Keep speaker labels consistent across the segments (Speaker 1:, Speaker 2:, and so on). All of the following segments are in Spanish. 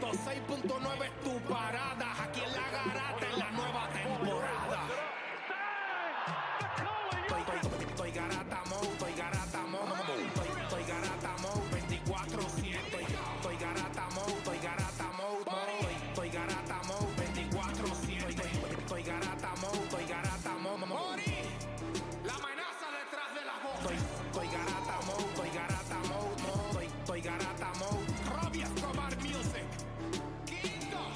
Speaker 1: 96.9 es tu parada. Aquí en la garata en la nueva temporada. Estoy, estoy- estoy garata mode, estoy garata mode. Estoy, estoy garata mode 24-7. Estoy, estoy garata mode, estoy garata mode. mode. Estoy, estoy garata mode 24-7. Estoy, estoy garata mode, estoy garata mode. mode. La amenaza detrás de la voz. Estoy, estoy garata mode, estoy garata mode, no, estoy, estoy garata mode. Robbie Escobar Music. Quintos.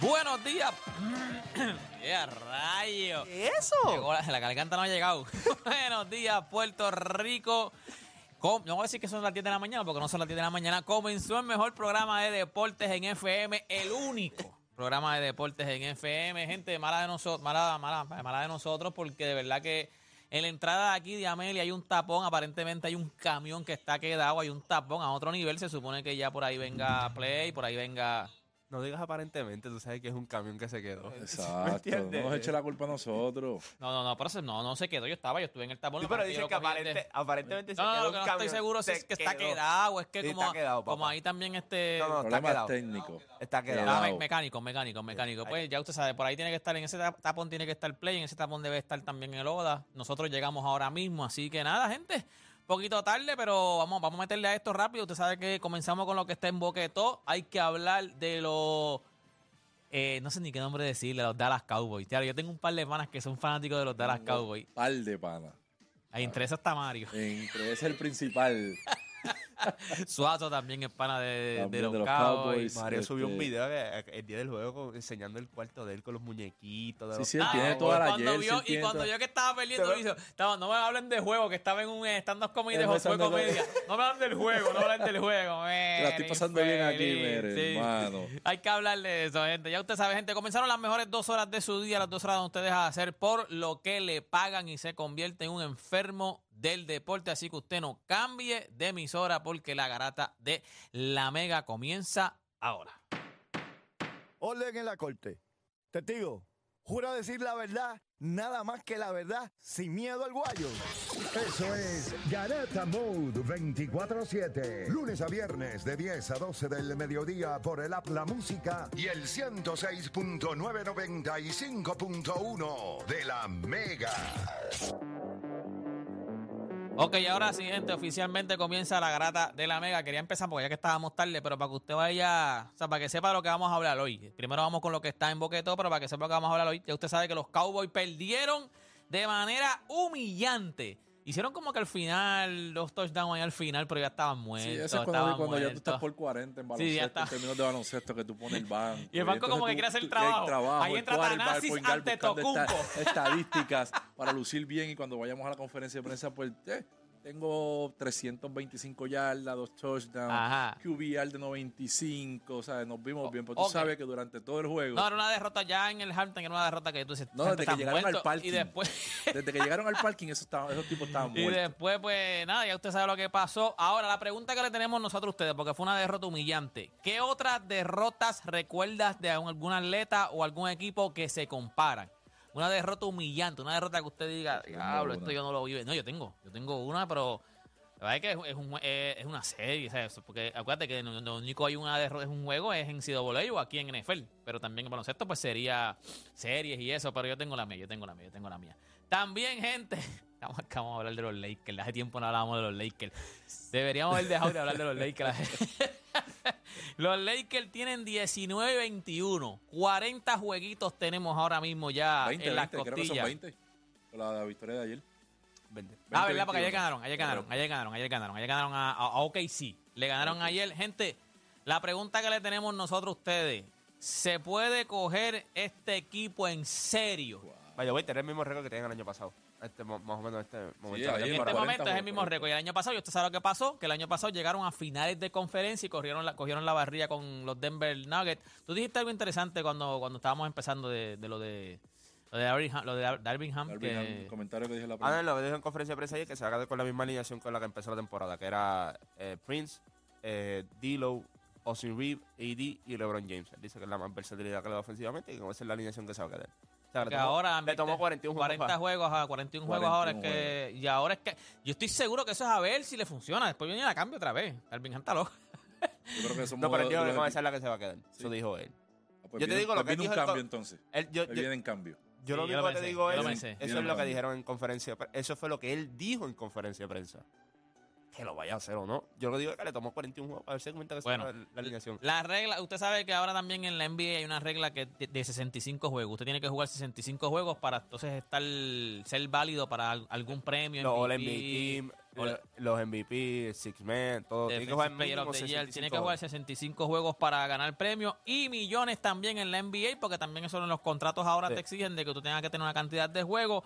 Speaker 2: Buenos días. ¡Qué rayo!
Speaker 3: ¿Qué es eso?
Speaker 2: Llegó la, la garganta no ha llegado. Buenos días, Puerto Rico. Com- no voy a decir que son las 10 de la mañana, porque no son las 10 de la mañana. Comenzó el mejor programa de deportes en FM, el único programa de deportes en FM. Gente, mala de nosotros, mala, mala, mala de nosotros, porque de verdad que en la entrada de aquí de Amelia hay un tapón, aparentemente hay un camión que está quedado, hay un tapón a otro nivel. Se supone que ya por ahí venga Play, por ahí venga
Speaker 3: No digas aparentemente, tú sabes que es un camión que se quedó.
Speaker 4: Exacto.
Speaker 3: entiendes?
Speaker 4: No nos eche la culpa a nosotros.
Speaker 2: No, no, no, pero se- no, no se quedó. Yo estaba, yo estuve en el tapón.
Speaker 3: Sí,
Speaker 2: lo
Speaker 3: pero
Speaker 2: cogí,
Speaker 3: dicen
Speaker 2: lo
Speaker 3: que
Speaker 2: cogí
Speaker 3: aparente-
Speaker 2: de-
Speaker 3: aparentemente
Speaker 2: No,
Speaker 3: se
Speaker 2: no,
Speaker 3: quedó
Speaker 2: lo
Speaker 3: un
Speaker 2: que no
Speaker 3: camión.
Speaker 2: estoy seguro si
Speaker 3: Se
Speaker 2: es que está
Speaker 3: quedó.
Speaker 2: quedado. Es que
Speaker 3: Sí,
Speaker 2: como,
Speaker 3: está quedado, papá.
Speaker 2: como ahí también este.
Speaker 3: No, no, está
Speaker 4: Problemas
Speaker 3: quedado.
Speaker 4: técnicos.
Speaker 3: Está quedado.
Speaker 2: Ah,
Speaker 4: quedado.
Speaker 2: me- mecánico, mecánico, mecánico. Pues ya usted sabe, por ahí tiene que estar, en ese tap- tapón tiene que estar Play, en ese tapón debe estar también el Oda. Nosotros llegamos ahora mismo, así que nada, gente, poquito tarde, pero vamos, vamos a meterle a esto rápido. Usted sabe que comenzamos con lo que está en boquetó. Hay que hablar de los, eh, no sé ni qué nombre decirle, los Dallas Cowboys. Claro, yo tengo un par de hermanas que son fanáticos de los Dallas Cowboys.
Speaker 4: Par de pana.
Speaker 2: Ahí entre esas está Mario.
Speaker 4: Entre ese el principal.
Speaker 2: Suazo también es pana de,
Speaker 4: También
Speaker 2: de los, Cowboys.
Speaker 3: Mario subió un
Speaker 4: este,
Speaker 3: video que- el día del juego con- enseñando el cuarto de él con los muñequitos. De
Speaker 4: Sí,
Speaker 3: los-
Speaker 4: sí, él
Speaker 2: Ah,
Speaker 4: tiene toda la
Speaker 2: cuando
Speaker 4: jersey.
Speaker 2: vio,
Speaker 4: él
Speaker 2: y
Speaker 4: tiene
Speaker 2: cuando
Speaker 4: toda-
Speaker 2: vio que estaba perdiendo, dijo, "Estaba- no me hablen de juego, que estaba en un stand-up comedy de Josué
Speaker 4: Empezando con-
Speaker 2: Comedia. No me hablen del juego, no me hablen del juego.
Speaker 4: Te la estoy pasando bien aquí, mire,
Speaker 2: hermano.
Speaker 4: hermano.
Speaker 2: Hay que hablarle de eso, gente. Ya usted sabe, gente, comenzaron las mejores dos horas de su día, las dos horas donde usted deja de hacer por lo que le pagan y se convierte en un enfermo del deporte. Así que usted no cambie de emisora porque la garata de la mega comienza ahora.
Speaker 5: Orden en la corte. Testigo, jura decir la verdad, nada más que la verdad, sin miedo al guayo.
Speaker 6: Eso es Garata Mode 24-7. Lunes a viernes de 10 a 12 del mediodía por el App La Música y el 106.995.1 de la Mega.
Speaker 2: Ok, y ahora sí, gente, oficialmente comienza la grata de la mega. Quería empezar porque ya que estábamos tarde, pero para que usted vaya, o sea, para que sepa lo que vamos a hablar hoy. Primero vamos con lo que está en boquetó, pero para que sepa lo que vamos a hablar hoy, ya usted sabe que los Cowboys perdieron de manera humillante. Hicieron como que al final, dos touchdowns ahí al final, pero ya estaban muertos.
Speaker 4: Sí, ese es cuando,
Speaker 2: estaban
Speaker 4: cuando ya tú estás
Speaker 2: muertos.
Speaker 4: por 40 en
Speaker 2: Sí, ya
Speaker 4: baloncesto,
Speaker 2: está.
Speaker 4: en términos de baloncesto que tú pones el banco.
Speaker 2: Y el banco
Speaker 4: entonces
Speaker 2: como que
Speaker 4: tú-
Speaker 2: quiere hacer
Speaker 4: tú-
Speaker 2: el trabajo.
Speaker 4: El trabajo
Speaker 2: Ahí
Speaker 4: el
Speaker 2: entra
Speaker 4: quarterback,
Speaker 2: Thanasis
Speaker 4: point guard,
Speaker 2: ante
Speaker 4: buscando esta-
Speaker 2: Tocumpo.
Speaker 4: Estadísticas para lucir bien y cuando vayamos a la conferencia de prensa, pues eh, tengo 325 yardas, dos touchdowns,
Speaker 2: Ajá.
Speaker 4: QBR de 95, o sea, nos vimos bien, pero tú
Speaker 2: ok.
Speaker 4: sabes que durante todo el juego...
Speaker 2: No, era una derrota ya en el Hampton, era una derrota que tú dices,
Speaker 4: No,
Speaker 2: gente,
Speaker 4: desde
Speaker 2: están
Speaker 4: que llegaron al
Speaker 2: muertos.
Speaker 4: parking.
Speaker 2: Y después...
Speaker 4: Desde que llegaron al parking, esos, estaban- esos tipos estaban
Speaker 2: Y
Speaker 4: muertos.
Speaker 2: después, pues nada, ya usted sabe lo que pasó. Ahora, la pregunta que le tenemos nosotros a ustedes, porque fue una derrota humillante. ¿Qué otras derrotas recuerdas de algún, algún atleta o algún equipo que se comparan? Una derrota humillante, una derrota que usted diga,
Speaker 4: tengo
Speaker 2: diablo,
Speaker 4: una.
Speaker 2: esto yo no lo vive. No, yo tengo, yo tengo una, pero la verdad es que es, es un jue- eh, es una serie, ¿sabes? Porque acuérdate que lo lo único hay una derrota, es un juego, es en CW o aquí en NFL, pero también en baloncesto, pues sería series y eso, pero yo tengo la mía, yo tengo la mía, yo tengo la mía. También, gente, estamos, acabamos de hablar de los Lakers. Hace tiempo no hablábamos de los Lakers. Deberíamos haber dejado de hablar de los Lakers. los Lakers tienen 19 y 21. 40 jueguitos tenemos ahora mismo ya
Speaker 4: 20,
Speaker 2: en las
Speaker 4: 20, creo que son
Speaker 2: costillas.
Speaker 4: 20. Con la, la victoria de ayer. este.
Speaker 2: Ah,
Speaker 4: 20,
Speaker 2: ¿verdad? Porque ayer
Speaker 4: 21.
Speaker 2: ganaron, ayer ganaron, ayer ganaron, ayer ganaron, ayer ganaron a, a- a OKC. Le ganaron ayer. Gente, la pregunta que le tenemos nosotros a ustedes, se puede coger este equipo en serio.
Speaker 3: Vaya, voy a tener el mismo récord que tenían el año pasado. Este, mo- más o menos este momento.
Speaker 4: ahí
Speaker 2: En
Speaker 4: Para
Speaker 2: este
Speaker 4: 40
Speaker 2: momento es el
Speaker 4: juegos,
Speaker 2: mismo
Speaker 4: 40.
Speaker 2: récord. Y el año pasado, ¿y usted sabe lo que pasó? Que el año pasado llegaron a finales de conferencia y corrieron la, cogieron la barrilla con los Denver Nuggets. Tú dijiste algo interesante cuando, cuando estábamos empezando de, de lo de lo de Darvin Ham, lo de Dar- Darvin Ham,
Speaker 4: Darby,
Speaker 2: que-
Speaker 4: el comentario que dije la
Speaker 3: Ah,
Speaker 4: primera.
Speaker 3: no, lo dijo en conferencia de prensa ayer que se va a quedar con la misma alineación con la que empezó la temporada, que era eh, Prince, eh, D-Lo, Austin Reeves, AD y LeBron James. Él dice que es la más versatilidad que le da ofensivamente y que esa es la alineación que se va a quedar. O sea, que
Speaker 2: que
Speaker 3: le tomó-
Speaker 2: ahora
Speaker 3: le tomó 41 juegos
Speaker 2: 40
Speaker 3: para-
Speaker 2: juegos, ajá, 41 juegos ahora es
Speaker 4: 41
Speaker 2: que y ahora es que yo estoy seguro que eso es a ver si le funciona, después viene la cambio otra vez. Darvin Ham está loco.
Speaker 4: Yo creo que somos
Speaker 3: No, pero él
Speaker 4: de-
Speaker 3: dijo
Speaker 4: de
Speaker 3: que
Speaker 4: los
Speaker 3: con
Speaker 4: equipos-
Speaker 3: esa es la que se va a quedar. Eso
Speaker 4: Sí.
Speaker 3: dijo él.
Speaker 4: Ah, pues
Speaker 3: Yo te
Speaker 4: viene-
Speaker 3: digo lo
Speaker 4: pues
Speaker 3: que
Speaker 4: viene
Speaker 3: dijo
Speaker 4: un
Speaker 3: el co-
Speaker 4: cambio entonces.
Speaker 3: Él- yo-
Speaker 4: Ahí
Speaker 3: yo-
Speaker 4: viene en cambio.
Speaker 3: Yo
Speaker 2: Sí,
Speaker 3: lo
Speaker 2: yo
Speaker 3: mismo
Speaker 2: lo
Speaker 3: que te
Speaker 2: pensé,
Speaker 3: digo
Speaker 2: yo lo
Speaker 3: es,
Speaker 2: pensé.
Speaker 3: eso
Speaker 4: Yo
Speaker 3: es
Speaker 4: lo
Speaker 3: lo que
Speaker 4: pensé.
Speaker 3: dijeron en conferencia, de pre- eso fue lo que él dijo en conferencia de prensa. Que lo vaya a hacer o no. Yo lo que digo es que le tomó 41 juegos para ver si aumenta que sea
Speaker 2: Bueno,
Speaker 3: la, la alineación.
Speaker 2: La regla, usted sabe que ahora también en la NBA hay una regla que de, de 65 juegos. Usted tiene que jugar 65 juegos para entonces estar ser válido para al- algún premio.
Speaker 3: Los All
Speaker 2: MVP,
Speaker 3: MVP,
Speaker 2: All-
Speaker 3: los MVP, Six Man, todo. Tiene que
Speaker 2: Defensive
Speaker 3: jugar
Speaker 2: Player
Speaker 3: mínimo
Speaker 2: of the Year. Tiene
Speaker 3: 65
Speaker 2: que jugar 65 juegos para ganar premios y millones también en la NBA, porque también eso en los contratos ahora
Speaker 3: Sí.
Speaker 2: te exigen de que tú tengas que tener una cantidad de juegos.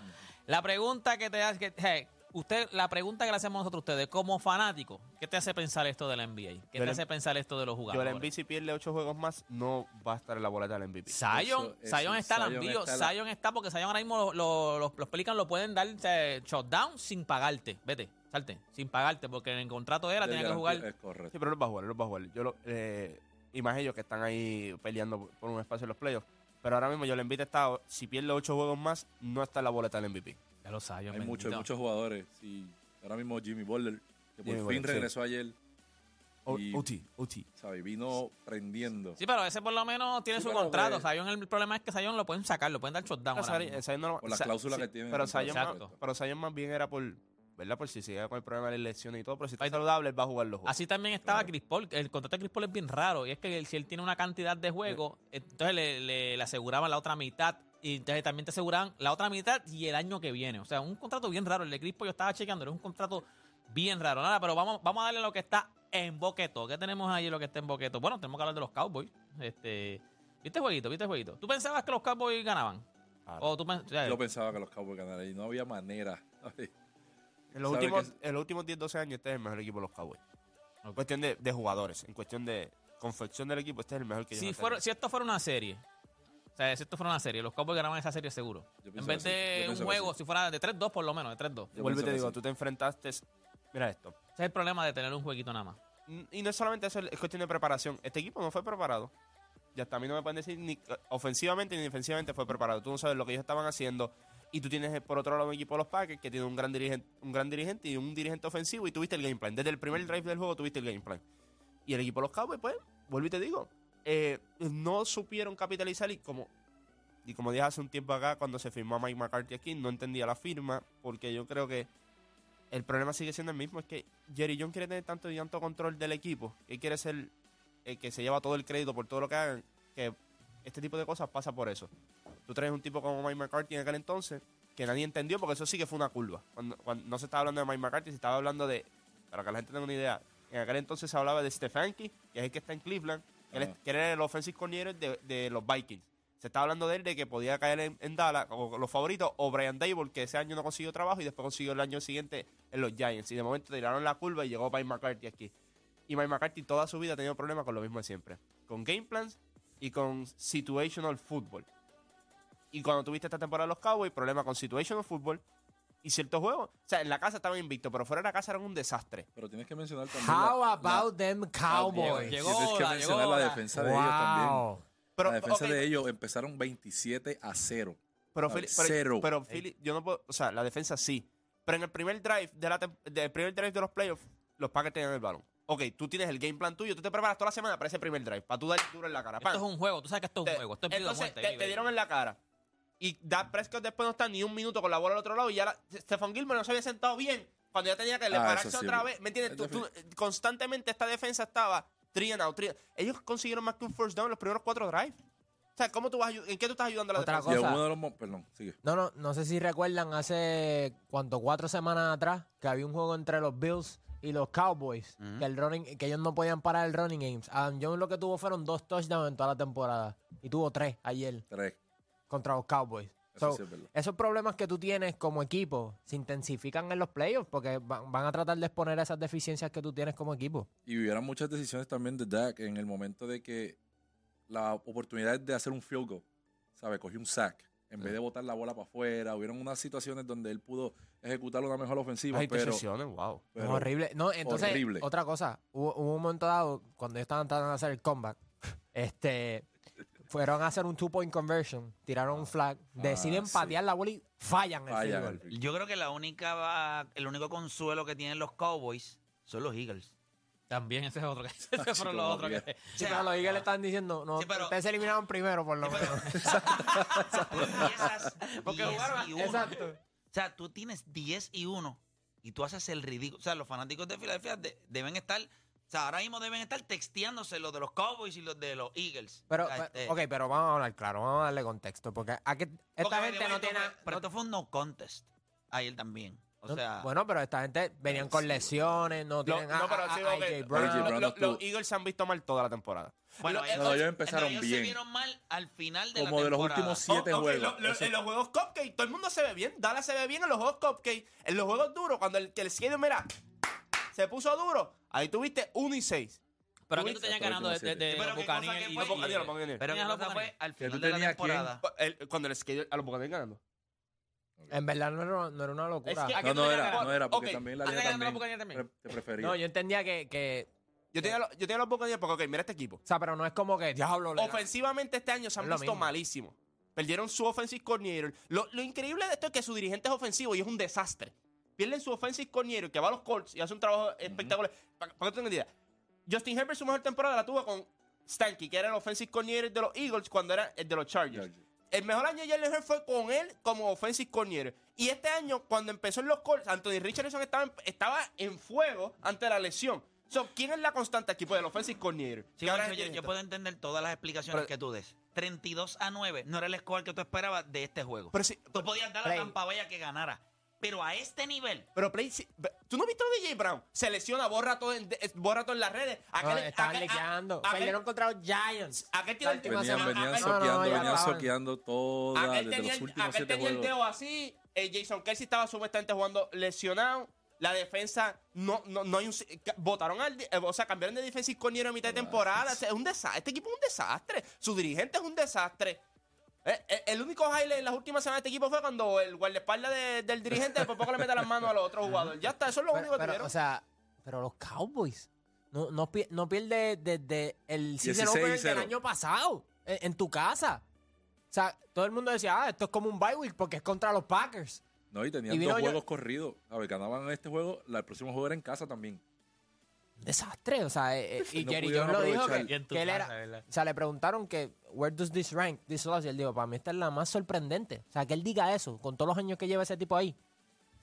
Speaker 2: La pregunta que te hace, que- hey, usted, la pregunta que le hacemos nosotros a ustedes, como fanático, ¿qué te hace pensar esto de la NBA? ¿Qué
Speaker 3: Yo
Speaker 2: te
Speaker 3: le-
Speaker 2: hace pensar esto de los
Speaker 3: Yo
Speaker 2: jugadores?
Speaker 3: el MVP si pierde 8 juegos más, no va a estar en la boleta del MVP.
Speaker 2: Zion,
Speaker 4: Eso, eso,
Speaker 2: Zion está
Speaker 4: eh, Zion
Speaker 2: lambido,
Speaker 4: está la-
Speaker 2: Zion está porque Zion ahora mismo lo- lo- los, los Pelicans lo pueden dar eh, shutdown sin pagarte. Vete, salte, sin pagarte, porque en el contrato era, tenía que
Speaker 4: Garantía-
Speaker 2: jugar.
Speaker 4: Es correcto.
Speaker 3: Sí, pero los va a jugar, los va a jugar. Yo lo, eh, y más ellos que están ahí peleando por un espacio en los playoffs. Pero ahora mismo yo le invito a estar, si pierde 8 juegos más, no está en la boleta del MVP.
Speaker 2: Ya lo Zion,
Speaker 4: eh. Hay
Speaker 2: bendito.
Speaker 4: muchos, hay muchos jugadores. Sí. Ahora mismo Jimmy Butler, que por
Speaker 3: Jimmy
Speaker 4: fin
Speaker 3: Butler, sí.
Speaker 4: regresó ayer,
Speaker 3: O-
Speaker 4: Y-
Speaker 3: OT, OT.
Speaker 4: ¿sabes? Vino prendiendo.
Speaker 2: Sí, pero ese por lo menos tiene
Speaker 4: Sí,
Speaker 2: su
Speaker 4: pero eh.
Speaker 2: contrato.
Speaker 4: que-
Speaker 2: Zion, el problema es que Zion lo pueden sacar, lo pueden dar shutdown.
Speaker 3: Ah,
Speaker 2: ahora
Speaker 3: Zion-
Speaker 2: mismo.
Speaker 3: Zion no lo-
Speaker 4: Por la
Speaker 3: Sa-
Speaker 4: cláusula
Speaker 3: sí,
Speaker 4: que tiene en
Speaker 3: Pero
Speaker 4: el contrato.
Speaker 3: Zion, más,
Speaker 2: Exacto.
Speaker 3: pero Zion más bien era por, ¿verdad? Por si sigue con el problema de la lesión y todo, pero si está
Speaker 2: Ahí-
Speaker 3: saludable, él va a jugar los juegos.
Speaker 2: Así también estaba Chris Paul. El contrato de Chris Paul es bien raro. Y es que él- si él tiene una cantidad de juegos,
Speaker 3: Eh.
Speaker 2: entonces le, le- le aseguraban la otra mitad. Y entonces también te aseguraban la otra mitad y el año que viene. O sea, un contrato bien raro. El de Chris Paul yo estaba chequeando. Era un contrato bien raro. Nada, pero vamos, vamos a darle lo que está en boqueto. ¿Qué tenemos ahí lo que está en boqueto? Bueno, tenemos que hablar de los Cowboys. Este, ¿Viste jueguito? ¿Viste jueguito? ¿Tú pensabas que los Cowboys ganaban?
Speaker 3: Claro.
Speaker 2: ¿O tú pens- o sea,
Speaker 3: eh.
Speaker 4: Yo pensaba que los Cowboys ganarían y no había manera. ¿sabes?
Speaker 3: En los,
Speaker 4: sabe
Speaker 3: últimos, en los últimos 10-12 años, este es el mejor equipo de los Cowboys. En cuestión de, de jugadores, en cuestión de confección del equipo, este es el mejor que ellos
Speaker 2: si,
Speaker 3: han
Speaker 2: fuera,
Speaker 3: tenido.
Speaker 2: si esto fuera una serie, o sea, si esto fuera una serie, los Cowboys ganaban esa serie seguro.
Speaker 4: Yo
Speaker 2: En
Speaker 4: pensaba
Speaker 2: vez
Speaker 4: así, yo
Speaker 2: de un
Speaker 4: pensaba
Speaker 2: juego,
Speaker 4: así.
Speaker 2: si fuera de 3-2 por lo menos, de 3-2.
Speaker 4: Yo
Speaker 3: Vuelvo y te
Speaker 4: pensaba
Speaker 3: digo,
Speaker 4: así.
Speaker 3: tú te enfrentaste. Mira esto.
Speaker 2: Ese es el problema de tener un jueguito nada más.
Speaker 3: N- Y no es solamente eso, es cuestión de preparación. Este equipo no fue preparado. Y hasta a mí no me pueden decir ni ofensivamente ni defensivamente fue preparado. Tú no sabes lo que ellos estaban haciendo. Y tú tienes eh, por otro lado un equipo de los Packers que tiene un gran dirigente, un gran dirigente y un dirigente ofensivo y tuviste el game plan. Desde el primer drive del juego tuviste el game plan. Y el equipo de los Cowboys, pues, vuelvo y te digo, eh, no supieron capitalizar y como y como dije hace un tiempo acá cuando se firmó a Mike McCarthy aquí, no entendía la firma porque yo creo que el problema sigue siendo el mismo, es que Jerry John quiere tener tanto y tanto control del equipo, que quiere ser el que se lleva todo el crédito por todo lo que hagan, que este tipo de cosas pasa por eso. Tú traes un tipo como Mike McCarthy en aquel entonces, que nadie entendió, porque eso sí que fue una curva. Cuando, cuando no se estaba hablando de Mike McCarthy, se estaba hablando de, para que la gente tenga una idea, en aquel entonces se hablaba de Stefanski, que es el que está en Cleveland, que, él es-
Speaker 4: Ajá.
Speaker 3: que era el offensive coordinator de, de los Vikings. Se estaba hablando de él, de que podía caer en, en Dallas, o los favoritos, o Brian Dable, que ese año no consiguió trabajo y después consiguió el año siguiente en los Giants. Y de momento tiraron la curva y llegó Mike McCarthy aquí. Y Mike McCarthy toda su vida ha tenido problemas con lo mismo de siempre. Con game plans y con situational football. Y cuando tuviste esta temporada de los Cowboys, problemas con situational football y ciertos juegos. O sea, en la casa estaban invictos, pero fuera de la casa eran un desastre.
Speaker 4: Pero tienes que mencionar también.
Speaker 7: How
Speaker 4: la-
Speaker 7: about them Cowboys?
Speaker 2: Llegó
Speaker 7: Oh,
Speaker 4: Tienes que
Speaker 2: la-
Speaker 4: mencionar
Speaker 2: llegó
Speaker 4: la
Speaker 2: la-
Speaker 4: defensa de ellos también.
Speaker 7: wow.
Speaker 3: Pero,
Speaker 4: la defensa
Speaker 3: ok,
Speaker 4: de ellos empezaron 27 a 0.
Speaker 3: pero,
Speaker 4: sabe,
Speaker 3: Philly- pero-
Speaker 4: cero.
Speaker 3: pero Philly- yo no puedo. O sea, la defensa sí. Pero en el primer drive de, la tem- del primer drive de los playoffs, los Packers tenían el balón. Ok, tú tienes el game plan tuyo, tú te preparas toda la semana para ese primer drive, para tú dar duro en la cara.
Speaker 2: Esto
Speaker 3: ¡Pam!
Speaker 2: es un juego, tú sabes que esto es un
Speaker 3: Te-
Speaker 2: juego. Esto es vida o
Speaker 3: entonces
Speaker 2: muerte,
Speaker 3: te,
Speaker 2: baby.
Speaker 3: te dieron en la cara. Y Dak Prescott después no está ni un minuto con la bola al otro lado. Y ya la- Stefan Gilmore no se había sentado bien cuando ya tenía que le
Speaker 4: Ah,
Speaker 3: pararse
Speaker 4: eso sí.
Speaker 3: otra vez. ¿Me entiendes? Tú- tú- constantemente esta defensa estaba three and out, three- Ellos consiguieron más que un first down en los primeros cuatro drives. O sea, ¿cómo tú vas a ayu- ¿en qué tú estás ayudando a la
Speaker 7: Otra
Speaker 3: defensa?
Speaker 4: Y en
Speaker 7: Cosa.
Speaker 4: uno de los. mo- Perdón, sigue.
Speaker 7: No, no, no sé si recuerdan hace cuánto, cuatro semanas atrás, que había un juego entre los Bills y los Cowboys,
Speaker 3: Ujú.
Speaker 7: que, el running, que ellos no podían parar el running games. Adam Jones lo que tuvo fueron dos touchdowns en toda la temporada. Y tuvo tres ayer
Speaker 4: Tres.
Speaker 7: contra los Cowboys.
Speaker 4: Eso
Speaker 7: So,
Speaker 4: sí es verdad.
Speaker 7: esos problemas que tú tienes como equipo se intensifican en los playoffs porque van, van a tratar de exponer esas deficiencias que tú tienes como equipo.
Speaker 4: Y hubieron muchas decisiones también de Dak en el momento de que la oportunidad de hacer un field goal, ¿sabes? Cogió un sack. En vez de botar la bola para afuera, hubieron unas situaciones donde él pudo ejecutar una mejor ofensiva,
Speaker 3: Hay
Speaker 4: pero,
Speaker 3: intercepciones, wow.
Speaker 7: No,
Speaker 4: pero
Speaker 7: horrible. No, entonces,
Speaker 4: horrible.
Speaker 7: otra cosa, hubo, hubo un momento dado, cuando ellos estaban tratando de hacer el comeback, este, fueron a hacer un two-point conversion, tiraron un flag, deciden
Speaker 4: Ah, sí.
Speaker 7: patear la bola y fallan el
Speaker 4: falla
Speaker 7: field
Speaker 4: el
Speaker 7: goal.
Speaker 4: field goal.
Speaker 8: Yo creo que la única, va- el único consuelo que tienen los Cowboys son los Eagles.
Speaker 2: También ese es otro que. Ese fueron los
Speaker 4: como
Speaker 2: otros
Speaker 4: bien.
Speaker 2: que.
Speaker 7: Sí, pero los Eagles están diciendo, no,
Speaker 8: Sí, pero-
Speaker 7: ustedes se eliminaron primero por lo menos.
Speaker 8: Y esas 10 y uno.
Speaker 7: Exacto.
Speaker 8: O sea, tú tienes 10 y 1 y tú haces el ridículo. O sea, los fanáticos de Filadelfia de- deben estar, o sea, ahora mismo deben estar texteándose los de los Cowboys y los de los Eagles.
Speaker 7: Pero,
Speaker 8: O sea,
Speaker 7: pero-
Speaker 8: este,
Speaker 7: ok, pero vamos a hablar claro, vamos a darle contexto, porque aquí,
Speaker 8: porque,
Speaker 7: esta
Speaker 8: by the
Speaker 7: gente
Speaker 8: way,
Speaker 7: no
Speaker 8: esto
Speaker 7: tiene...
Speaker 8: fue- Pero
Speaker 7: no-
Speaker 8: esto fue un no contest. Ayer también. O
Speaker 7: no-
Speaker 8: sea,
Speaker 7: bueno, pero esta gente venían con lesiones, no
Speaker 3: Lo-
Speaker 7: tienen a-
Speaker 3: no, pero
Speaker 7: a-
Speaker 3: sí,
Speaker 7: a- a
Speaker 3: ok.
Speaker 7: AJ
Speaker 3: Lo-
Speaker 7: Brown.
Speaker 4: A.J. Brown
Speaker 3: lo-
Speaker 4: no
Speaker 3: los
Speaker 4: estuvo.
Speaker 3: Eaglos se han visto mal toda la temporada.
Speaker 8: bueno,
Speaker 3: lo-
Speaker 8: ellos-
Speaker 4: no, ellos empezaron
Speaker 8: ellos se
Speaker 4: bien.
Speaker 8: vieron mal al final de la
Speaker 4: como de los
Speaker 8: temporada.
Speaker 4: últimos siete
Speaker 3: Oh, ok,
Speaker 4: juegos.
Speaker 3: lo- lo-
Speaker 4: Eso-
Speaker 3: en los juegos cupcake, todo el mundo se ve bien. Dallas se ve bien en los juegos cupcake. En los juegos duros, cuando el que el cielo, mira, se puso duro, ahí tuviste 1 y 6.
Speaker 2: Pero aquí tú tenías
Speaker 4: Pero
Speaker 2: ganando de, de, de
Speaker 8: Pero
Speaker 2: los
Speaker 8: qué cosa
Speaker 2: Buccaneers y-
Speaker 8: que fue-
Speaker 2: y-
Speaker 3: Los Buccaneers, los Buccaneers.
Speaker 8: Pero
Speaker 2: Tenías
Speaker 8: la
Speaker 2: los
Speaker 8: cosa fue
Speaker 2: Buccaneers.
Speaker 8: al
Speaker 4: Que tú
Speaker 8: final de la
Speaker 4: tenías a quién.
Speaker 8: temporada.
Speaker 3: El- cuando el schedule a los Buccaneers ganando.
Speaker 7: En verdad no era, no era una locura.
Speaker 2: Es que
Speaker 3: Ah,
Speaker 2: aquí
Speaker 4: No,
Speaker 2: tú
Speaker 4: no
Speaker 2: tenías
Speaker 4: era,
Speaker 2: ganando-
Speaker 4: no era, porque
Speaker 3: Ok,
Speaker 4: también la
Speaker 2: ¿han
Speaker 4: liga
Speaker 2: ganado los
Speaker 4: también,
Speaker 2: Buccaneers también?
Speaker 4: pre- te prefería.
Speaker 7: No, yo entendía que, que-
Speaker 3: Yo tenía, los, yo tenía los Buccaneers porque, ok, mira este equipo.
Speaker 7: O sea, pero no es como que diablo. le-
Speaker 3: Ofensivamente este año se han
Speaker 7: Es lo
Speaker 3: visto
Speaker 7: mismo.
Speaker 3: malísimo. Perdieron su offensive coordinator. Lo, lo increíble de esto es que su dirigente es ofensivo y es un desastre. Pierden su offensive coordinator que va a los Colts y hace un trabajo espectacular. Para que tengan idea, Justin Herbert su mejor temporada la tuvo con Stanky, que era el offensive coordinator de los Eagles cuando era el de los Chargers.
Speaker 4: Chargers.
Speaker 3: El mejor año de Jalen Hurts fue con él como offensive coordinator. Y este año, cuando empezó en los Colts, Anthony Richardson estaba en, estaba en fuego ante la lesión. So, ¿Quién es la constante aquí? Pues el offensive coordinator.
Speaker 8: Sí,
Speaker 3: Y ahora
Speaker 8: Juancho,
Speaker 3: es
Speaker 8: yo,
Speaker 3: el
Speaker 8: yo puedo entender todas las explicaciones
Speaker 3: Pero-
Speaker 8: que tú des. 32 a 9 no era el score que tú esperabas de este juego.
Speaker 3: Pero sí-
Speaker 8: tú podías dar a
Speaker 7: Play.
Speaker 8: Tampa Bay a que ganara. Pero a este nivel,
Speaker 3: Pero Play, si- ve- ¿tú no viste a DJ Brown? Se lesiona, borra todo en, de- es- borra todo en las redes.
Speaker 7: No,
Speaker 3: Aquel-
Speaker 7: estaban
Speaker 3: aquel- a-
Speaker 7: liqueando.
Speaker 3: aquel-
Speaker 7: Perdieron contra los Giants.
Speaker 3: aquel tiene el-
Speaker 7: la última
Speaker 4: Venían,
Speaker 7: semana.
Speaker 4: venían
Speaker 7: Ah, no, no,
Speaker 4: soqueando,
Speaker 7: ya
Speaker 4: venían
Speaker 7: estaban.
Speaker 4: soqueando toda
Speaker 3: Aquel
Speaker 4: desde
Speaker 3: Ah, tenía,
Speaker 4: los
Speaker 3: el,
Speaker 4: últimos
Speaker 3: aquel
Speaker 4: siete
Speaker 3: tenía el
Speaker 4: juegos.
Speaker 3: dedo así. eh, Jason Kelsey estaba supuestamente jugando lesionado. La defensa, no, no, no hay un. Votaron al. di- eh, O sea, cambiaron de defensive coordinator a mitad de temporada. O sea, es un desastre. Este equipo es un desastre. Su dirigente es un desastre. Eh, eh, El único highlight en las últimas semanas de este equipo fue cuando el guardaespaldas de- del dirigente por poco le mete las manos al otro jugador. Ya está, eso es lo
Speaker 7: Pero,
Speaker 3: único que
Speaker 7: pero,
Speaker 3: tuvieron.
Speaker 7: o sea, pero los Cowboys no, no, pi- no pierde desde el
Speaker 4: 16
Speaker 7: season
Speaker 4: y
Speaker 7: opener del
Speaker 4: cero.
Speaker 7: año pasado en, en tu casa. O sea, todo el mundo decía, ah, esto es como un bye week porque es contra los Packers.
Speaker 4: No, y tenían
Speaker 7: Y vino
Speaker 4: dos
Speaker 7: yo-
Speaker 4: juegos corridos. A ver, ganaban este juego, la- el próximo juego era en casa también.
Speaker 7: Un Desastre, o sea, eh, eh, y
Speaker 4: No
Speaker 7: Jerry
Speaker 4: pudieron
Speaker 7: Jones lo dijo
Speaker 4: aprovechar.
Speaker 7: que,
Speaker 2: Y en tu
Speaker 7: que él
Speaker 2: casa,
Speaker 7: era,
Speaker 2: ¿verdad?
Speaker 7: o sea, le preguntaron que, where does this rank, this loss, y él dijo, para mí esta es la más sorprendente. O sea, que él diga eso, con todos los años que lleva ese tipo ahí.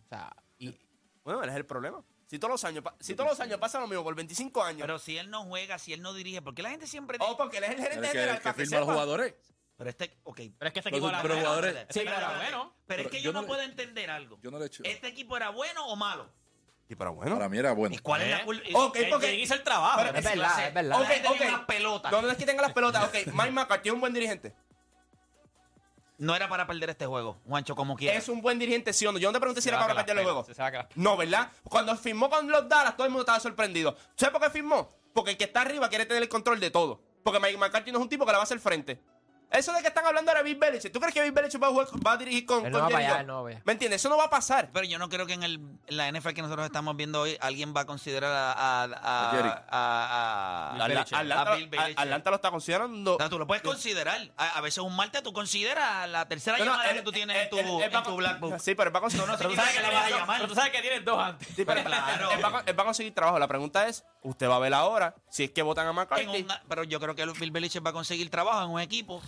Speaker 7: O sea, y,
Speaker 3: Bueno, ese es el problema. Si todos los años, pa- si todos los años pasa lo mismo por 25 años.
Speaker 8: pero si él no juega, si él no dirige, porque la gente siempre
Speaker 3: o
Speaker 8: dice,
Speaker 3: porque él es el
Speaker 4: El
Speaker 3: gerente
Speaker 4: que,
Speaker 3: general
Speaker 4: el que
Speaker 3: para que
Speaker 4: firma a los
Speaker 3: sepa.
Speaker 4: jugadores.
Speaker 8: pero este, ok.
Speaker 2: Pero es que este
Speaker 4: Pero-
Speaker 2: equipo era
Speaker 4: pero
Speaker 2: bueno.
Speaker 4: jugadores-
Speaker 2: Sí, pero era
Speaker 8: pero-
Speaker 2: bueno.
Speaker 8: Pero es
Speaker 4: Pero
Speaker 8: que
Speaker 4: yo
Speaker 8: yo
Speaker 4: no
Speaker 8: no,
Speaker 4: le-
Speaker 8: puedo entender algo.
Speaker 4: Yo no le echo.
Speaker 8: ¿Este equipo era bueno o malo?
Speaker 3: Sí, pero bueno.
Speaker 4: Para mí era bueno.
Speaker 8: ¿Y cuál es
Speaker 2: ¿Eh?
Speaker 8: la culpa?
Speaker 3: Ok,
Speaker 2: Él
Speaker 3: porque-
Speaker 2: hizo el trabajo.
Speaker 3: Pero-
Speaker 7: es verdad, es verdad.
Speaker 3: Ok, ok.
Speaker 8: Una pelota.
Speaker 3: No, no es que tenga las pelotas. Ok, Mike McCarthy es un buen dirigente.
Speaker 8: No era para perder este juego, Juancho, como quiera.
Speaker 3: Es un buen dirigente, sí o no. Yo no te pregunté
Speaker 2: Se
Speaker 3: si era
Speaker 2: va
Speaker 3: para
Speaker 2: a la
Speaker 3: perder los
Speaker 2: pela,
Speaker 3: juegos.
Speaker 2: se- se va a la-
Speaker 3: No, ¿verdad? Cuando firmó con los Dallas, todo el mundo estaba sorprendido. ¿Sabes por qué firmó? Porque el que está arriba quiere tener el control de todo. Porque Mike McCarthy no es un tipo que la va a hacer frente. Eso de que están hablando ahora de Bill Belichick. ¿Tú crees que Bill Belichick va a, jugar, va a dirigir con, con
Speaker 7: Él no va
Speaker 3: Jerry
Speaker 7: para allá,
Speaker 3: Jones?
Speaker 7: él no va para allá.
Speaker 3: ¿Me entiendes? Eso no va a pasar.
Speaker 8: Pero yo no creo que en, el, en la NFL que nosotros estamos viendo hoy alguien va a considerar a, a, a,
Speaker 4: A Jerry.
Speaker 8: a- a-
Speaker 3: Atla-
Speaker 8: Belichick.
Speaker 3: Atlanta,
Speaker 8: A Bill Belichick.
Speaker 3: Atlanta lo está considerando.
Speaker 8: O sea, tú lo puedes considerar. A, a veces un martes tú consideras la tercera
Speaker 3: No, no,
Speaker 8: llamada
Speaker 3: él-
Speaker 8: que tú tienes
Speaker 3: él-
Speaker 8: en tu,
Speaker 3: él- él
Speaker 8: en
Speaker 3: va
Speaker 8: tu
Speaker 3: con-
Speaker 8: Black Book.
Speaker 3: Sí, pero él va a conseguir.
Speaker 8: Pero tú sabes que le vas a llamar.
Speaker 2: Pero tú sabes que tienes dos antes.
Speaker 3: Sí, pero-
Speaker 8: Claro.
Speaker 3: él, va, a- él va a conseguir trabajo. La pregunta es, usted va a ver ahora si es que votan a
Speaker 8: En
Speaker 3: McCarthy.
Speaker 8: una- pero yo creo que Bill Belichick va a conseguir trabajo en un equipo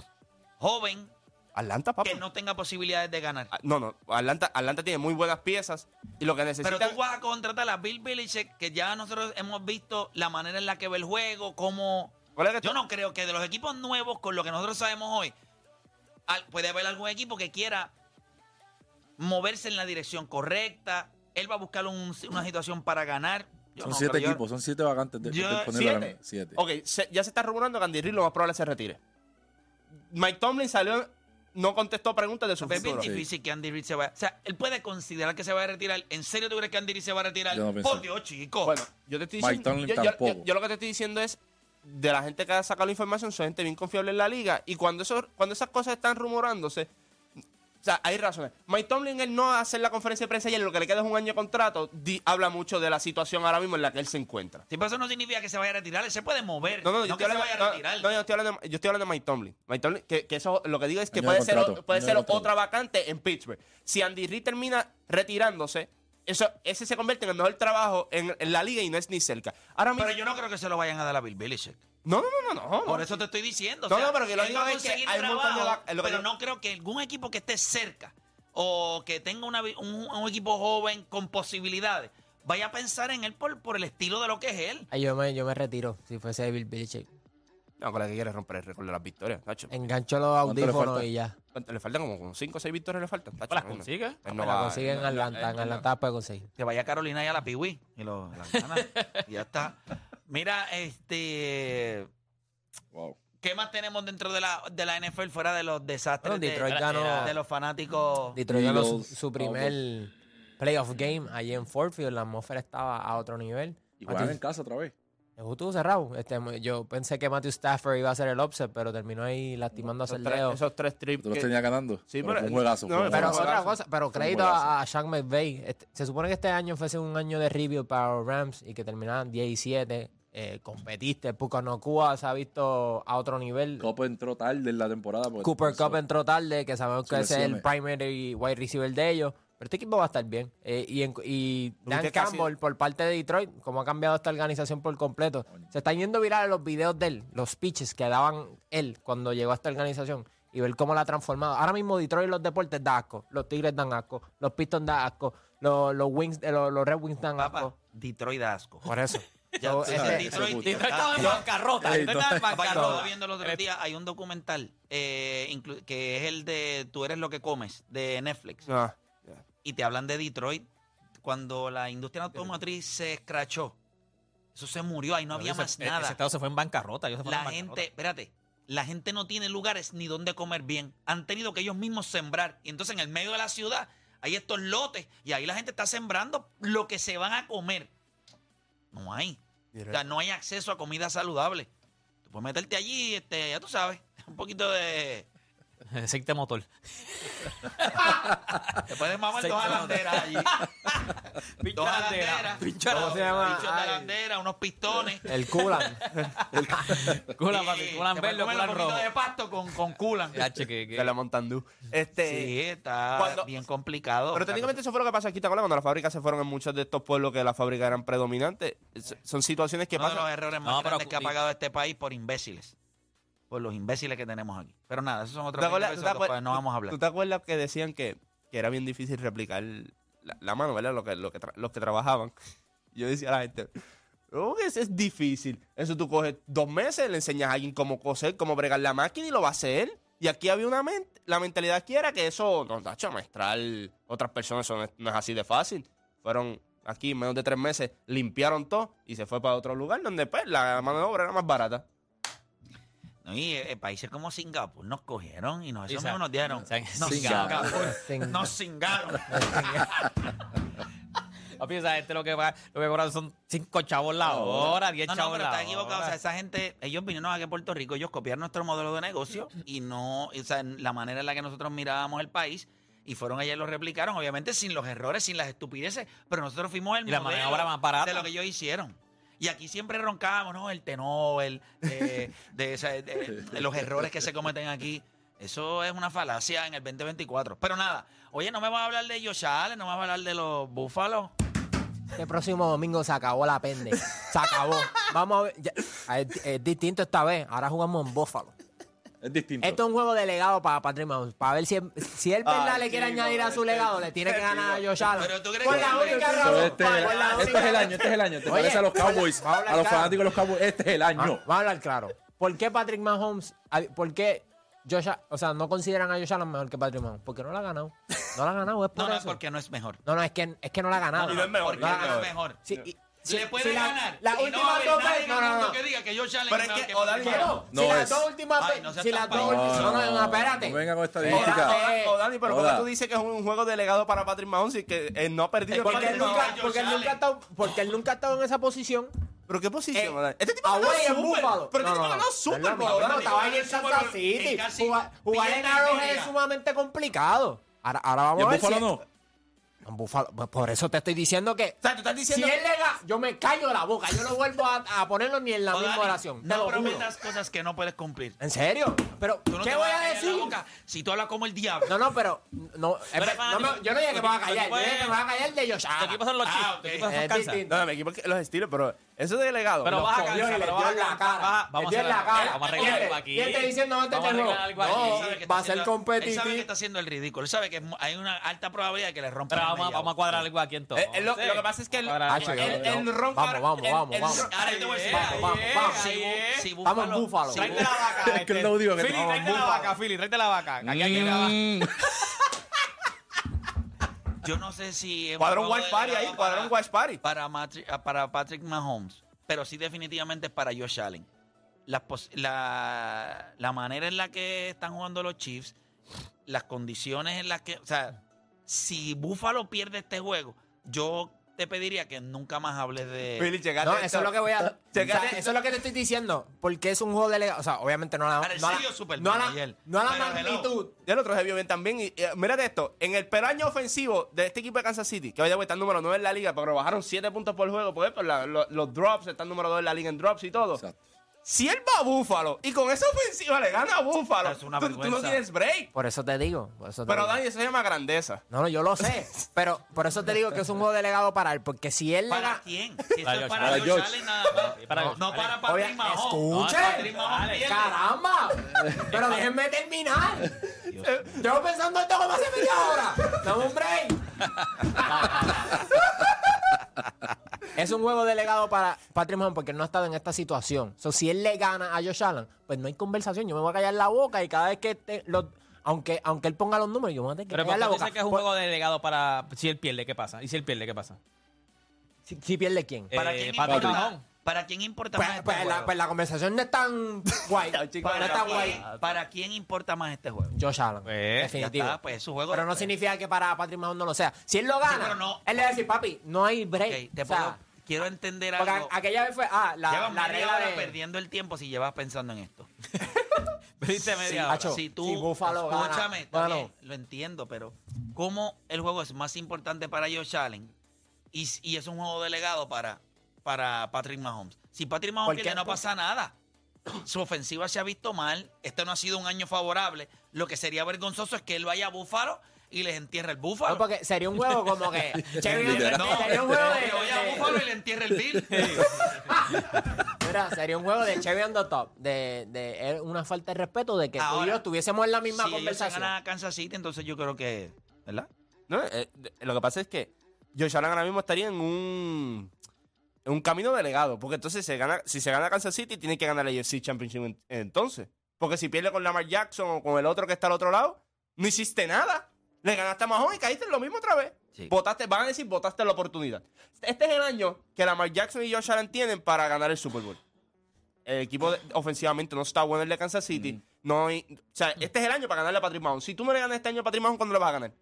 Speaker 8: joven
Speaker 3: Atlanta, papá.
Speaker 8: que no tenga posibilidades de ganar.
Speaker 3: Ah, No, no. Atlanta, Atlanta tiene muy buenas piezas y lo que necesitan.
Speaker 8: Pero tú vas a contratar a Bill Belichick, que ya nosotros hemos visto la manera en la que ve el juego, cómo...
Speaker 3: ¿Cuál es que
Speaker 8: Yo
Speaker 3: tú-
Speaker 8: no creo que de los equipos nuevos, con lo que nosotros sabemos hoy, al- puede haber algún equipo que quiera moverse en la dirección correcta. Él va a buscar un- una situación para ganar. Yo
Speaker 4: Son
Speaker 8: no,
Speaker 4: siete
Speaker 8: pero yo-
Speaker 4: equipos, son siete vacantes de,
Speaker 8: yo-
Speaker 4: disponibles ahora
Speaker 3: ¿siete?
Speaker 4: mismo. Siete.
Speaker 3: Ok, se- ya se está rumorando que Andy Reid lo más probable se retire. Mike Tomlin salió, no contestó preguntas de su
Speaker 8: Es bien
Speaker 3: futuro.
Speaker 8: difícil que Andy Reid se vaya. O sea, él puede considerar que se va a retirar. ¿En serio tú crees que Andy Reid se va a retirar?
Speaker 4: Yo no pienso.
Speaker 8: Por Dios, chico.
Speaker 3: Bueno, yo te estoy
Speaker 4: Oh, Mike
Speaker 3: diciendo.
Speaker 4: Tomlin
Speaker 3: yo, yo-
Speaker 4: tampoco.
Speaker 3: yo- yo lo que te estoy diciendo es. De la gente que ha sacado la información, son gente bien confiable en la liga. Y cuando, eso, cuando esas cosas están rumorándose. O sea, hay razones. Mike Tomlin, él no hacer la conferencia de prensa y lo que le queda es un año de contrato, di- habla mucho de la situación ahora mismo en la que él se encuentra.
Speaker 8: Si pero eso no significa que se vaya a retirar, él se puede mover.
Speaker 3: No,
Speaker 8: No,
Speaker 3: no, yo,
Speaker 8: que
Speaker 3: estoy
Speaker 8: se vaya
Speaker 3: hablando,
Speaker 8: a
Speaker 3: no,
Speaker 8: retirar.
Speaker 3: no, yo estoy hablando de, yo estoy hablando de Mike Tomlin. Mike Tomlin, que, que eso lo que digo es que
Speaker 4: Año
Speaker 3: puede
Speaker 4: de
Speaker 3: ser,
Speaker 4: contrato,
Speaker 3: o- puede
Speaker 4: año
Speaker 3: ser
Speaker 4: de contrato.
Speaker 3: otra vacante en Pittsburgh. Si Andy Reid termina retirándose, eso, ese se convierte en el mejor trabajo en, en la liga y no es ni cerca. Ahora mismo,
Speaker 8: Pero yo no creo que se lo vayan a dar a Bill Belichick.
Speaker 3: no, no, no, no, no.
Speaker 8: Por
Speaker 3: no.
Speaker 8: eso te estoy diciendo.
Speaker 3: No,
Speaker 8: o sea,
Speaker 3: no, pero que lo
Speaker 8: él
Speaker 3: digo
Speaker 8: va a
Speaker 3: es que
Speaker 8: conseguir
Speaker 3: hay un montón de
Speaker 8: trabajo,
Speaker 3: vac- lo que
Speaker 8: Pero
Speaker 3: yo-
Speaker 8: no creo que algún equipo que esté cerca o que tenga una vi- un, un equipo joven con posibilidades vaya a pensar en él por, por el estilo de lo que es él.
Speaker 7: Ay, yo, me, yo me retiro si fuese Bill Belichick.
Speaker 3: No, con la que quiere romper el récord de las victorias, tacho.
Speaker 7: Engancho los
Speaker 4: ¿Cuánto le
Speaker 7: audífonos
Speaker 4: falta?
Speaker 7: y ya.
Speaker 3: ¿Cuánto Le faltan como 5 o 6 victorias, le faltan. tacho?
Speaker 2: Las
Speaker 3: No, no.
Speaker 2: consigue.
Speaker 3: Él no
Speaker 7: Me la
Speaker 3: va-
Speaker 7: consiguen en
Speaker 3: no-
Speaker 7: Atlanta. En Atlanta puede conseguir.
Speaker 8: Que vaya Carolina y a la Piwi. Y lo, la gana. y ya está. Mira, este.
Speaker 4: Wow.
Speaker 8: ¿Qué más tenemos dentro de la, de la NFL fuera de los desastres
Speaker 7: Bueno,
Speaker 8: de-
Speaker 7: Detroit
Speaker 8: de,
Speaker 7: ganó-
Speaker 8: de los fanáticos?
Speaker 7: Detroit ganó su,
Speaker 4: Eagles,
Speaker 7: su primer playoff game allí en Fort Field. La atmósfera estaba a otro nivel.
Speaker 4: Y juegan
Speaker 7: Matthew-
Speaker 4: en casa otra vez.
Speaker 7: Justo estuvo cerrado. Este, mu- yo pensé que Matthew Stafford iba a ser el offset, pero terminó ahí lastimando a
Speaker 3: Esos tres,
Speaker 7: Celdeo.
Speaker 3: esos tres trips.
Speaker 4: Tú los
Speaker 3: que-
Speaker 4: tenías ganando.
Speaker 3: Sí,
Speaker 4: pero,
Speaker 3: pero-
Speaker 4: fue un juegazo.
Speaker 3: no,
Speaker 4: fue un
Speaker 3: Fue
Speaker 7: Pero
Speaker 3: un
Speaker 7: otra
Speaker 3: golazo.
Speaker 7: cosa, pero
Speaker 4: Fue un
Speaker 7: crédito
Speaker 4: golazo.
Speaker 7: a, a Sean McVay. Este, se supone que este año fuese un año de review para los Rams y que terminaban 17. Eh, competiste. Puka Nocua se ha visto a otro nivel.
Speaker 4: Copa entró tarde en la temporada. pues. porque-
Speaker 7: Cooper
Speaker 4: eso-
Speaker 7: Cup entró tarde, que sabemos que ese es el
Speaker 4: Selecciones.
Speaker 7: primary wide receiver de ellos. Pero este equipo va a estar bien. Eh, y, en- y Dan
Speaker 3: Tuviste casi-
Speaker 7: Campbell, por parte de Detroit, como ha cambiado esta organización por completo. Se están yendo virales los videos de él, los pitches que daban él cuando llegó a esta organización y ver cómo la ha transformado. Ahora mismo Detroit en los deportes da asco, los Tigres dan asco, los Pistons dan asco, los, los Wings, eh, los, los Red Wings dan
Speaker 8: Papá,
Speaker 7: asco.
Speaker 8: Detroit da asco.
Speaker 7: Por eso.
Speaker 8: Ya,
Speaker 7: So, este
Speaker 8: tú
Speaker 7: ese-
Speaker 8: sabes,
Speaker 4: ese
Speaker 8: Detroit,
Speaker 4: gusto.
Speaker 2: Detroit
Speaker 8: está-
Speaker 2: estaba en bancarrota. Detroit estaba en
Speaker 8: Papá, yo estaba
Speaker 2: bancarrota.
Speaker 8: viendo los otros días, hay un documental eh, inclu- que es el de Tú eres lo que comes, de Netflix.
Speaker 3: Ah,
Speaker 8: Y te hablan de Detroit cuando la industria automotriz se escrachó. Eso se murió, ahí no había
Speaker 2: Ese-
Speaker 8: más
Speaker 2: ese- Ese
Speaker 8: nada.
Speaker 2: estado se fue en bancarrota. ellos se fueron
Speaker 8: La
Speaker 2: en
Speaker 8: gente,
Speaker 2: bancarrota.
Speaker 8: espérate, la gente no tiene lugares ni dónde comer bien. Han tenido que ellos mismos sembrar. Y entonces en el medio de la ciudad hay estos lotes y ahí la gente está sembrando lo que se van a comer. No hay. O sea, no hay acceso a comida saludable. Tú puedes meterte allí, este, ya tú sabes, un poquito de...
Speaker 2: Aceite motor.
Speaker 8: Te puedes mamar dos
Speaker 2: Aceite de
Speaker 8: alanderas allí. Dos alanderas.
Speaker 2: Pincha
Speaker 8: dos-
Speaker 7: ¿Cómo se llama?
Speaker 8: bichos de
Speaker 7: Ay.
Speaker 8: alandera, unos pistones.
Speaker 7: El Kulan.
Speaker 2: Culan,
Speaker 8: Sí,
Speaker 2: papi. Culan
Speaker 8: te puedes
Speaker 2: verde,
Speaker 8: comer un
Speaker 2: culan
Speaker 8: poquito
Speaker 2: rojo.
Speaker 8: de pasto con, con culan.
Speaker 2: H, que- que-
Speaker 3: de la Montandú. Este,
Speaker 8: Sí, está
Speaker 3: Cuando-
Speaker 8: bien complicado.
Speaker 3: Pero técnicamente eso fue lo que pasó aquí, ¿te acuerdas? Cuando las fábricas se fueron en muchos de estos pueblos que las fábricas eran predominantes. Es- Son situaciones que
Speaker 8: Uno de los
Speaker 3: pasan.
Speaker 8: errores
Speaker 2: No,
Speaker 8: más
Speaker 2: pero
Speaker 8: grandes que ha
Speaker 2: Cuti-
Speaker 8: pagado este país por imbéciles. Por los imbéciles que tenemos aquí. Pero nada, esos son
Speaker 3: ¿Te
Speaker 8: otros
Speaker 3: acuerdas-
Speaker 8: episodios
Speaker 3: te acuerdas-
Speaker 8: que pues, no vamos a hablar.
Speaker 3: pues, ¿Tú te acuerdas que decían que, que era bien difícil replicar la, la mano, ¿verdad? Lo que, lo que tra- los que trabajaban. Yo decía a la gente, "No, que eso es difícil. Eso tú coges dos meses, le enseñas a alguien cómo coser, cómo bregar la máquina y lo va a hacer. Y aquí había una mente, la mentalidad aquí era que eso, no, tacho, maestrar otras personas eso no es- no es así de fácil. Fueron aquí en menos de tres meses, limpiaron todo y se fue para otro lugar donde pues la mano de obra era más barata.
Speaker 8: No, y eh, países como Singapur nos cogieron y nos, eso
Speaker 2: Esa-
Speaker 8: mismo nos dieron.
Speaker 2: esa-
Speaker 8: Nos
Speaker 2: Singapur.
Speaker 8: Singapur.
Speaker 7: Sin-
Speaker 8: Nos cingaron.
Speaker 2: Papi, esa gente lo que, va- lo que cobran son 5 chavos la hora, 10
Speaker 8: No, no,
Speaker 2: chavos
Speaker 8: pero
Speaker 2: la
Speaker 8: está equivocado. O sea,
Speaker 2: hora.
Speaker 8: esa gente, ellos vinieron aquí a Puerto Rico, ellos copiaron nuestro modelo de negocio y no, o sea, la manera en la que nosotros mirábamos el país y fueron allá y lo replicaron, obviamente sin los errores, sin las estupideces, pero nosotros fuimos el
Speaker 2: Y la
Speaker 8: modelo
Speaker 2: maniobra más barata.
Speaker 8: de lo que ellos hicieron. Y aquí siempre roncábamos, ¿no? El Tenovel, eh, de, esa- de- de los errores que se cometen aquí. Eso es una falacia en el 2024. Pero nada, oye, no me vas a hablar de Josh Allen, no me vas a hablar de los búfalos.
Speaker 7: Este próximo domingo se acabó la pende. Se acabó. Vamos a ver. ya- ah, es, es distinto esta vez. Ahora jugamos en Buffalo.
Speaker 4: Es distinto.
Speaker 7: Esto es un juego de legado para Patrick Mahomes. Para ver si, si él verdad
Speaker 3: Ay,
Speaker 7: le quiere
Speaker 3: chico,
Speaker 7: añadir a su
Speaker 3: este-
Speaker 7: legado, le tiene que ganar a Josh Allen.
Speaker 8: Pero tú crees
Speaker 7: Con
Speaker 8: que-
Speaker 7: la única
Speaker 8: Pero
Speaker 7: razón-
Speaker 4: Pero este, es el-
Speaker 7: con la
Speaker 4: este
Speaker 7: única-
Speaker 4: es el año, este es el año. Te
Speaker 7: Oye,
Speaker 4: parece a los Cowboys,
Speaker 7: vamos a hablar
Speaker 4: a los
Speaker 7: claro.
Speaker 4: fanáticos de los Cowboys. Este es el
Speaker 7: Ah,
Speaker 4: año.
Speaker 7: Vamos a hablar claro. ¿Por qué Patrick Mahomes? ah, ¿Por qué Josh Allen- O sea, no consideran a Josh Allen mejor que Patrick Mahomes? Porque no la ha ganado. No la ha ganado, es por
Speaker 8: No, no,
Speaker 7: eso.
Speaker 8: porque no es mejor.
Speaker 7: No, no, es que, es que no la ha ganado.
Speaker 8: No, no,
Speaker 3: mejor,
Speaker 8: porque
Speaker 3: y no
Speaker 8: no
Speaker 3: es
Speaker 8: es mejor.
Speaker 7: Sí, y-
Speaker 8: le puede
Speaker 7: si la-
Speaker 8: ganar.
Speaker 7: la
Speaker 8: y no
Speaker 7: última
Speaker 8: va a haber
Speaker 7: dos
Speaker 8: nadie
Speaker 7: veces-
Speaker 8: en el
Speaker 7: no, no,
Speaker 8: mundo
Speaker 7: no.
Speaker 8: que diga que yo challenge
Speaker 3: Pero es
Speaker 8: me va a
Speaker 3: que
Speaker 8: quemar.
Speaker 3: Odal
Speaker 8: No,
Speaker 3: ganó.
Speaker 4: No
Speaker 7: si las
Speaker 4: es.
Speaker 7: dos últimas
Speaker 8: Ay,
Speaker 7: veces-
Speaker 8: no seas
Speaker 7: si las
Speaker 8: tan
Speaker 7: dos
Speaker 8: país.
Speaker 7: últimas- no, no, no, espérate.
Speaker 4: No venga con esta
Speaker 7: Era-
Speaker 4: estadística.
Speaker 7: eh,
Speaker 3: O Dani, pero
Speaker 4: Hola.
Speaker 3: ¿cómo tú dices que es un juego delegado para Patrick Mahomes y que eh, no ha perdido
Speaker 7: Porque
Speaker 3: el
Speaker 7: él
Speaker 8: no,
Speaker 3: partido?
Speaker 7: nunca,
Speaker 8: yo
Speaker 7: porque él
Speaker 8: sale.
Speaker 7: nunca ha estado- porque él nunca ha estado en esa posición.
Speaker 3: ¿Pero qué posición?
Speaker 7: Eh,
Speaker 3: Adán? este tipo
Speaker 7: Away
Speaker 3: ganó
Speaker 7: en
Speaker 3: Super
Speaker 7: Buffalo.
Speaker 3: Bowl. Pero
Speaker 7: No,
Speaker 3: este tipo
Speaker 7: no,
Speaker 3: ganó
Speaker 7: no.
Speaker 3: Super
Speaker 7: No es lo
Speaker 3: Bowl.
Speaker 7: mismo,
Speaker 3: Adán.
Speaker 7: no, estaba ahí en
Speaker 8: Super
Speaker 7: Kansas
Speaker 8: Bowl,
Speaker 7: City.
Speaker 8: en casi
Speaker 7: Jugar, jugar en
Speaker 8: billete
Speaker 7: Arrowhead
Speaker 8: media.
Speaker 7: es sumamente complicado. Ahora, ahora
Speaker 4: ¿Y
Speaker 7: vamos
Speaker 4: en
Speaker 7: a ver
Speaker 4: Búfalo
Speaker 7: si-
Speaker 4: no?
Speaker 7: En Buffalo, pues por eso te estoy diciendo que
Speaker 3: O sea, tú estás
Speaker 7: si
Speaker 3: diciendo...
Speaker 7: él le da, yo me callo la boca, yo no vuelvo a, a ponerlo ni en la
Speaker 8: Odal,
Speaker 7: misma oración. te lo
Speaker 8: No
Speaker 7: juro.
Speaker 8: prometas cosas que no puedes cumplir.
Speaker 7: ¿En serio? Pero
Speaker 8: Tú no
Speaker 7: ¿qué
Speaker 8: te
Speaker 7: voy
Speaker 8: vas
Speaker 7: a
Speaker 8: callar la
Speaker 7: decir?
Speaker 8: boca si tú hablas como el diablo.
Speaker 7: No, no, pero no, es
Speaker 8: eres
Speaker 7: ver- no me-
Speaker 8: fanático.
Speaker 7: yo no dije que me voy a callar, yo dije
Speaker 8: Tú puedes-
Speaker 7: que me voy a callar de Yoshara.
Speaker 2: Tu equipo son los
Speaker 8: Ah,
Speaker 2: Chiefs,
Speaker 8: ok.
Speaker 2: tu equipo son
Speaker 7: Es
Speaker 2: Kansas.
Speaker 7: distinto.
Speaker 3: No, me equivoqué, los estilos, pero eso es delegado.
Speaker 2: Pero
Speaker 3: No,
Speaker 2: vas a
Speaker 7: Dios
Speaker 2: cansar, pero
Speaker 7: le dio
Speaker 2: vas a
Speaker 7: en la
Speaker 2: cansar.
Speaker 7: cara.
Speaker 2: Vas-
Speaker 7: Le
Speaker 2: Vamos a
Speaker 7: dio
Speaker 2: hacer
Speaker 7: en la
Speaker 2: algo,
Speaker 7: cara.
Speaker 2: vamos a arreglar
Speaker 7: Oye,
Speaker 2: algo aquí.
Speaker 7: ¿quién te diciendo antes
Speaker 2: Vamos a
Speaker 7: del juego?
Speaker 2: arreglar algo aquí.
Speaker 7: No,
Speaker 8: Él sabe que está
Speaker 7: va a ser
Speaker 8: haciendo-
Speaker 7: competitivo.
Speaker 8: Él sabe que está haciendo el ridículo. Él sabe que es mu- hay una alta probabilidad de que le rompa
Speaker 2: Pero vamos, a- vamos a cuadrar algo aquí entonces.
Speaker 3: Eh, eh, lo, lo que pasa es que el,
Speaker 2: Ahora,
Speaker 7: Ah, che,
Speaker 3: el,
Speaker 7: cabrón.
Speaker 3: el ron-
Speaker 7: Vamos, vamos,
Speaker 3: el-
Speaker 7: vamos,
Speaker 3: el-
Speaker 7: vamos.
Speaker 8: Ahora yo te voy a decir
Speaker 7: Vamos,
Speaker 8: algo.
Speaker 7: vamos, vamos.
Speaker 8: Si Bu- si
Speaker 7: Vamos,
Speaker 8: Búfalo-
Speaker 7: Búfalo.
Speaker 8: si
Speaker 7: Tráete
Speaker 8: Búfalo-
Speaker 4: Es que él no dijo que
Speaker 2: Philly,
Speaker 4: no.
Speaker 2: tráete la vaca, Philly, tráete la vaca. Aquí, aquí, la vaca.
Speaker 4: Mm.
Speaker 8: Yo no sé si. es
Speaker 3: Cuadrón
Speaker 8: juego
Speaker 3: watch party ahí,
Speaker 8: delegado
Speaker 3: cuadrón
Speaker 8: para-
Speaker 3: watch party.
Speaker 8: Para, Matri- ah, para Patrick Mahomes. Pero sí, definitivamente es para Josh Allen. La, pos- la, la manera en la que están jugando los Chiefs, las condiciones en las que. O sea, si Buffalo pierde este juego, yo te pediría que nunca más hables de.
Speaker 3: Philly, checate
Speaker 7: No,
Speaker 3: esto.
Speaker 7: eso es lo que voy a. o sea,
Speaker 3: Checate esto.
Speaker 7: eso es lo que te estoy diciendo. Porque es un juego delegado. O sea, obviamente no a la,
Speaker 8: Ahora, el
Speaker 7: no a la-
Speaker 8: serio Superman,
Speaker 7: no a la-
Speaker 8: Miguel.
Speaker 7: no a la
Speaker 8: Pero, hello.
Speaker 7: magnitud.
Speaker 3: Ya el otro se vio bien también. Y, eh, mírate esto. En el peraño ofensivo de este equipo de Kansas City, que vaya está número 9 en la liga, pero bajaron 7 puntos por juego, porque pues, la- lo- los drops están número 2 en la liga en drops y todo.
Speaker 4: Exacto.
Speaker 3: Si él va a Búfalo y con esa ofensiva le gana a Búfalo,
Speaker 8: Es una
Speaker 3: tú, tú no
Speaker 8: vergüenza.
Speaker 3: tienes break.
Speaker 7: Por eso te digo. por eso te
Speaker 3: Pero
Speaker 7: digo.
Speaker 3: Dani, eso se llama grandeza.
Speaker 7: No, no, yo lo sé. Pero por eso te digo que es un juego delegado para él. Porque si él le
Speaker 8: ¿Para
Speaker 7: gana-
Speaker 8: quién? Si esto
Speaker 2: Para
Speaker 8: es
Speaker 2: Josh
Speaker 8: para
Speaker 4: Allen.
Speaker 8: Josh,
Speaker 4: Para
Speaker 8: Allen nada más.
Speaker 2: para
Speaker 8: no,
Speaker 2: Josh
Speaker 8: no
Speaker 2: Allen.
Speaker 8: para
Speaker 7: Obvia-
Speaker 8: Patrick Mahomes.
Speaker 7: Escuche.
Speaker 2: No,
Speaker 8: Patrick Mahomes pierde.
Speaker 7: ¡Caramba! Pero déjenme terminar. Llevo pensando esto como hace media hora. Dame un break. Es un juego delegado para Patrick Mahomes porque él no ha estado en esta situación. So, si él le gana a Josh Allen, pues no hay conversación. Yo me voy a callar la boca y cada vez que te- los- aunque, aunque él ponga los números, yo me voy a tener que
Speaker 2: Pero
Speaker 7: callar la
Speaker 2: cuando
Speaker 7: boca.
Speaker 2: dice
Speaker 7: Pues-
Speaker 2: que es un
Speaker 7: Por-
Speaker 2: juego delegado para. Si él pierde, ¿qué pasa? ¿Y si él pierde, qué pasa?
Speaker 7: si, si pierde quién.
Speaker 8: ¿Para
Speaker 2: Eh,
Speaker 8: quién
Speaker 2: Patrick
Speaker 8: importa?
Speaker 2: Mahomes.
Speaker 8: ¿Para quién importa
Speaker 7: Pues,
Speaker 8: más este
Speaker 7: pues la,
Speaker 8: juego?
Speaker 7: pues la conversación no es tan guay.
Speaker 3: Chicos,
Speaker 7: no
Speaker 8: ¿Para,
Speaker 7: es tan
Speaker 8: quién,
Speaker 7: guay.
Speaker 8: para quién importa más este juego?
Speaker 7: Josh Allen.
Speaker 2: Pues,
Speaker 7: definitivo.
Speaker 8: ya está, pues, es su juego.
Speaker 7: Pero no
Speaker 8: Pues.
Speaker 7: significa que para Patrick Mahomes no lo sea. Si él lo gana,
Speaker 8: pero no.
Speaker 7: él le va a decir, papi, no hay break.
Speaker 8: Ok, te
Speaker 7: O sea,
Speaker 8: puedo- quiero entender
Speaker 7: porque
Speaker 8: algo.
Speaker 7: a- aquella vez fue, ah, la,
Speaker 8: Llevas
Speaker 7: la
Speaker 8: media
Speaker 7: regla
Speaker 8: hora
Speaker 7: de...
Speaker 8: perdiendo el tiempo si llevas pensando en esto.
Speaker 2: Perdiste
Speaker 8: Sí,
Speaker 2: media hora.
Speaker 7: Hacho,
Speaker 8: si tú,
Speaker 7: si Buffalo gana,
Speaker 8: escúchame, está
Speaker 7: gana.
Speaker 8: bien, lo entiendo, pero ¿cómo el juego es más importante para Josh Allen y, y es un juego delegado para, para Patrick Mahomes? Si Patrick Mahomes
Speaker 7: ¿Por
Speaker 8: pierde,
Speaker 7: qué?
Speaker 8: no pasa nada. Su ofensiva se ha visto mal. Este no ha sido un año favorable. Lo que sería vergonzoso es que él vaya a Búfalo y les entierra el Búfalo.
Speaker 7: No, Ah, porque sería un juego como que... Che,
Speaker 4: Literal.
Speaker 8: No,
Speaker 7: sería un juego de...
Speaker 8: que vaya a Búfalo y le entierra el Bill.
Speaker 7: de- mira, sería un juego de Chevy on the top. De, de era una falta de respeto de que tú y
Speaker 8: Ahora,
Speaker 7: yo estuviésemos en la misma
Speaker 8: si ellos se
Speaker 7: conversación.
Speaker 8: ganan a Kansas City, entonces yo creo que... ¿Verdad?
Speaker 3: No, eh, de- lo que pasa es que Josh Allen ahora mismo estaría en un, en un camino delegado. Porque entonces se gana, si se gana Kansas City, tiene que ganar la AFC Championship en- entonces. Porque si pierde con Lamar Jackson o con el otro que está al otro lado, no hiciste nada. Le ganaste a Mahomes y caíste en lo mismo otra vez.
Speaker 8: Sí.
Speaker 3: Votaste, van a decir, votaste la oportunidad. Este es el año que Lamar Jackson y Josh Allen tienen para ganar el Super Bowl. El equipo de- ofensivamente no está bueno el de Kansas City. No hay- o sea, este es el año para ganarle a Patrick Mahomes. Si tú no le ganas este año a Patrick Mahomes, ¿cuándo le vas a ganar?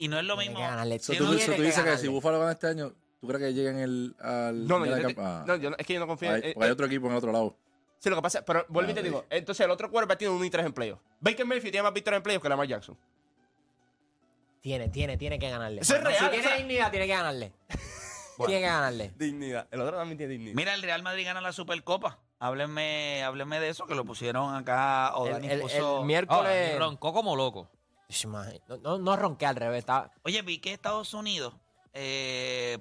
Speaker 8: Y no es lo
Speaker 7: Tiene
Speaker 8: mismo.
Speaker 7: que ganarle.
Speaker 4: So,
Speaker 8: Sí,
Speaker 4: tú,
Speaker 8: no
Speaker 4: so,
Speaker 7: tiene
Speaker 4: tú
Speaker 7: que
Speaker 4: dices que
Speaker 7: ganarle.
Speaker 4: si Buffalo gana este año, ¿tú crees que lleguen el, al
Speaker 3: No, no,
Speaker 4: final
Speaker 3: yo
Speaker 4: de
Speaker 3: te-
Speaker 4: camp- Ah.
Speaker 3: no, yo eh, no- es que yo no confío.
Speaker 4: hay,
Speaker 3: en-
Speaker 4: porque hay
Speaker 3: en-
Speaker 4: otro equipo en otro lado.
Speaker 3: Sí, lo que pasa, pero vuelvo y te
Speaker 4: Ah,
Speaker 3: digo, entonces el otro quarterback tiene 1 y 3 en playoff. Baker Mayfield tiene más victorias en playoff que Lamar Jackson.
Speaker 7: Tiene, tiene, tiene que ganarle.
Speaker 3: Eso es real,
Speaker 7: Si
Speaker 3: o
Speaker 7: tiene
Speaker 3: sea-
Speaker 7: dignidad, tiene que ganarle. Tiene que ganarle.
Speaker 3: Dignidad. El otro también tiene dignidad.
Speaker 8: Mira, el Real Madrid gana la Supercopa. Háblenme, háblenme de eso, que lo pusieron acá. O
Speaker 7: El,
Speaker 8: Dani
Speaker 7: el-
Speaker 8: puso- Ah,
Speaker 7: el
Speaker 2: Ahora,
Speaker 7: miércoles...
Speaker 2: roncó como loco.
Speaker 7: Ish, maje, No, no, no ronqué al revés. Estaba,
Speaker 8: Oye, vi que Estados Unidos, eh,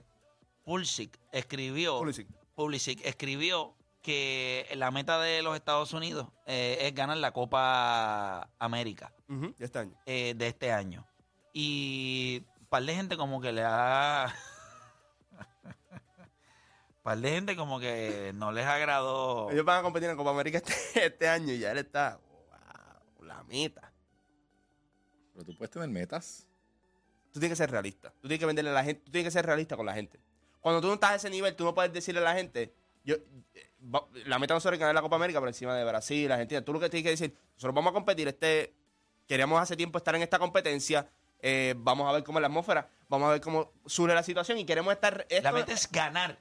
Speaker 8: Pulisic escribió,
Speaker 3: Pulisic.
Speaker 8: Pulisic escribió que la meta de los Estados Unidos eh, es ganar la Copa América
Speaker 3: Ujú, ya está año.
Speaker 8: eh, de este año. Y un par de gente como que le ha... un par de gente como que no les agradó.
Speaker 3: Ellos van a competir en Copa América este, este año y ya él está. Wow, la meta.
Speaker 4: Pero tú puedes tener metas.
Speaker 3: Tú tienes que ser realista. Tú tienes que venderle a la gente. Tú tienes que ser realista con la gente. Cuando tú no estás a ese nivel, tú no puedes decirle a la gente, yo, eh, va- la meta de nosotros es ganar la Copa América por encima de Brasil, Argentina. Tú lo que tienes que decir, nosotros vamos a competir, este, queríamos hace tiempo estar en esta competencia, eh, vamos a ver cómo es la atmósfera, vamos a ver cómo surge la situación y queremos estar...
Speaker 8: La
Speaker 3: esto-
Speaker 8: meta es ganar.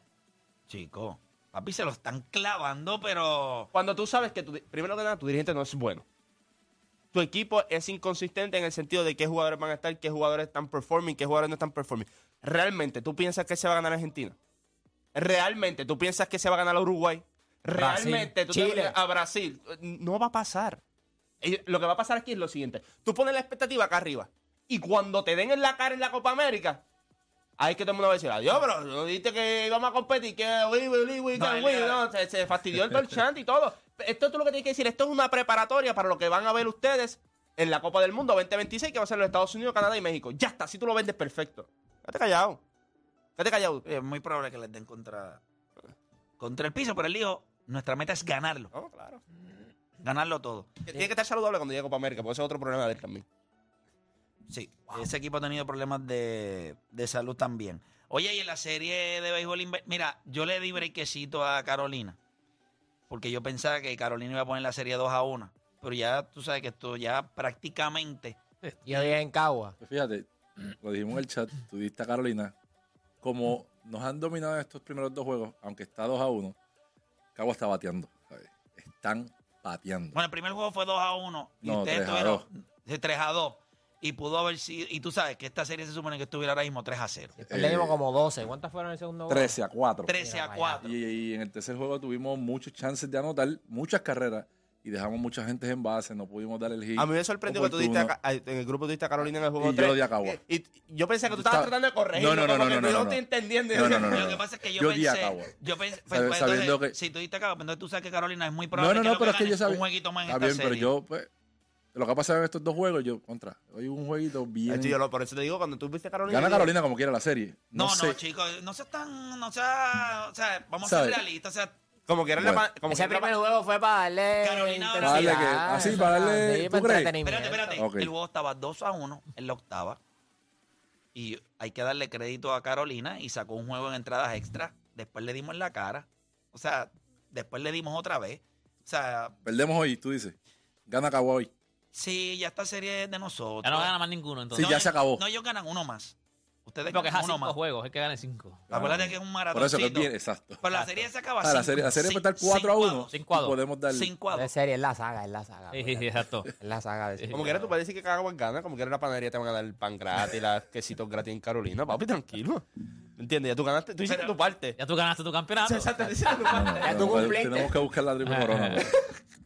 Speaker 8: Chico, papi se lo están clavando, pero.
Speaker 3: Cuando tú sabes que, tu- primero que nada, tu dirigente no es bueno. Tu equipo es inconsistente en el sentido de qué jugadores van a estar, qué jugadores están performing, qué jugadores no están performing. ¿Realmente tú piensas que se va a ganar Argentina? ¿Realmente tú piensas que se va a ganar a Uruguay?
Speaker 7: Brasil,
Speaker 3: ¿Realmente tú
Speaker 7: Chile.
Speaker 3: piensas a Brasil? No va a pasar. Ellos- Lo que va a pasar aquí es lo siguiente. Tú pones la expectativa acá arriba y cuando te den en la cara en la Copa América, ahí es que todo el mundo va a decir, adiós, pero no dijiste que íbamos a competir, que uy, uy, uy, uy,
Speaker 8: No,
Speaker 3: que
Speaker 8: él
Speaker 3: uy",
Speaker 8: era-
Speaker 3: no, se, se fastidió el torchante y todo. Esto tú lo que tienes que decir, esto es una preparatoria para lo que van a ver ustedes en la Copa del Mundo 2026, que va a ser los Estados Unidos, Canadá y México. Ya está, si tú lo vendes perfecto. Quédate callado. Quédate callado.
Speaker 8: Es muy probable que les den contra, contra el piso, pero él dijo: nuestra meta es ganarlo,
Speaker 3: No, claro.
Speaker 8: ganarlo todo.
Speaker 3: Que Tiene que estar saludable cuando llegue a Copa América, porque ese es otro problema de él también.
Speaker 8: Sí, ese equipo ha tenido problemas de, de salud también. Oye, y en la serie de béisbol, inve- mira, yo le di brequecito a Carolina, porque yo pensaba que Carolina iba a poner la serie 2 a 1, pero ya tú sabes que esto ya prácticamente
Speaker 9: Y hoy en Cagua.
Speaker 4: Pues Fíjate, lo dijimos en el chat, tú diste a Carolina, como nos han dominado en estos primeros dos juegos, aunque está 2 a 1, Cagua está bateando. ¿sabes? Están pateando.
Speaker 8: Bueno, el primer juego fue 2 a 1. Y
Speaker 4: No,
Speaker 8: ustedes
Speaker 4: 3 a
Speaker 8: tuvieron de 3 a 2. Y pudo haber sido. Y tú sabes que esta serie se supone que estuviera ahora mismo 3 a 0.
Speaker 9: Después le dimos como 12. ¿Cuántas fueron en el segundo? gol?
Speaker 4: 13 a 4.
Speaker 8: 13 a
Speaker 9: vaya.
Speaker 8: 4.
Speaker 4: Y, y en el tercer juego tuvimos muchos chances de anotar, muchas carreras, y dejamos mucha gente en base, no pudimos dar el hit.
Speaker 3: A mí me sorprendió que tú diste a, Ca- a- en el grupo tú diste a Carolina en el juego
Speaker 4: Y yo
Speaker 3: tres.
Speaker 4: lo di a Cagua.
Speaker 3: Y, y yo pensé que tú estabas
Speaker 4: Yo estaba-
Speaker 3: tratando de corregir.
Speaker 4: No, no, no, no, no,
Speaker 3: Yo
Speaker 4: no,
Speaker 3: no
Speaker 4: no.
Speaker 3: te entendiendo.
Speaker 4: No, no, no, no.
Speaker 8: Lo que pasa es que yo,
Speaker 4: Yo di a Cagua.
Speaker 8: pensé. Yo pensé pues,
Speaker 4: Sabi-
Speaker 8: pues,
Speaker 4: sabiendo
Speaker 8: entonces,
Speaker 4: que-
Speaker 8: Si tú diste a Cagua, entonces tú sabes que Carolina es muy
Speaker 4: No,
Speaker 8: probable
Speaker 4: no,
Speaker 8: que, lo
Speaker 4: no, pero es
Speaker 8: gane
Speaker 4: que yo sabía.
Speaker 8: un jueguito más en
Speaker 4: Está
Speaker 8: esta
Speaker 4: bien,
Speaker 8: serie.
Speaker 4: pero yo, pues, lo que ha pasado en estos dos juegos, yo, contra, hoy hubo un jueguito bien.
Speaker 3: Esto yo lo- por eso te digo, cuando tú viste a Carolina.
Speaker 4: Gana
Speaker 3: yo-
Speaker 4: Carolina como quiera la serie.
Speaker 8: No,
Speaker 4: No,
Speaker 8: no,
Speaker 4: sé.
Speaker 8: chicos, no seas tan. No sea, o sea, vamos a ser
Speaker 4: ¿Sabes?
Speaker 8: realistas. O sea,
Speaker 3: Como que era la
Speaker 4: Bueno.
Speaker 3: pa- como que
Speaker 9: Ese
Speaker 3: era la
Speaker 9: primer juego fue para darle.
Speaker 8: Carolina ahora
Speaker 4: Para darle
Speaker 9: intensidad,
Speaker 4: que- así,
Speaker 9: eso,
Speaker 4: para darle-
Speaker 9: sí,
Speaker 4: ¿tú crees?
Speaker 9: entretenimiento.
Speaker 8: Espérate, espérate.
Speaker 4: Ok.
Speaker 8: El juego estaba 2 a 1 en la octava. Y hay que darle crédito a Carolina y sacó un juego en entradas extra. Después le dimos en la cara. O sea, después le dimos otra vez. O sea,
Speaker 4: Perdemos hoy, tú dices. Gana Cagua hoy.
Speaker 8: sí, ya esta serie es de nosotros.
Speaker 2: Ya no gana más ninguno,
Speaker 4: Sí,
Speaker 2: entonces.
Speaker 4: ya se acabó.
Speaker 8: No, ellos ganan uno más. Ustedes
Speaker 2: Porque es a
Speaker 8: ganan uno
Speaker 2: cinco
Speaker 8: más.
Speaker 2: juegos, es que gane cinco.
Speaker 8: Acuérdate que es un maratón.
Speaker 4: Por eso que es bien, exacto.
Speaker 8: Pero la serie se acaba
Speaker 4: Ah, la serie, la serie puede estar 4 a 1.
Speaker 2: Cinco a dos.
Speaker 4: Podemos darle.
Speaker 8: 5 a
Speaker 9: No
Speaker 8: 2.
Speaker 9: es serie, es la saga, es la
Speaker 7: Ah,
Speaker 9: saga.
Speaker 2: Sí, sí,
Speaker 7: pues,
Speaker 9: acuérdate.
Speaker 2: sí, exacto.
Speaker 9: Es la saga de
Speaker 3: Como que era tú puedes decir que Cagua gana, como que era la panadería te van a dar el pan gratis, las quesitos gratis en Carolina, papi, tranquilo. ¿Me entiendes? Ya tú ganaste, tú hiciste
Speaker 8: Pero-
Speaker 3: tu parte.
Speaker 2: Ya tú ganaste tu campeonato.
Speaker 3: Exacto, tú hiciste tu parte.
Speaker 4: No, no, tenemos que buscar la triple corona. pues.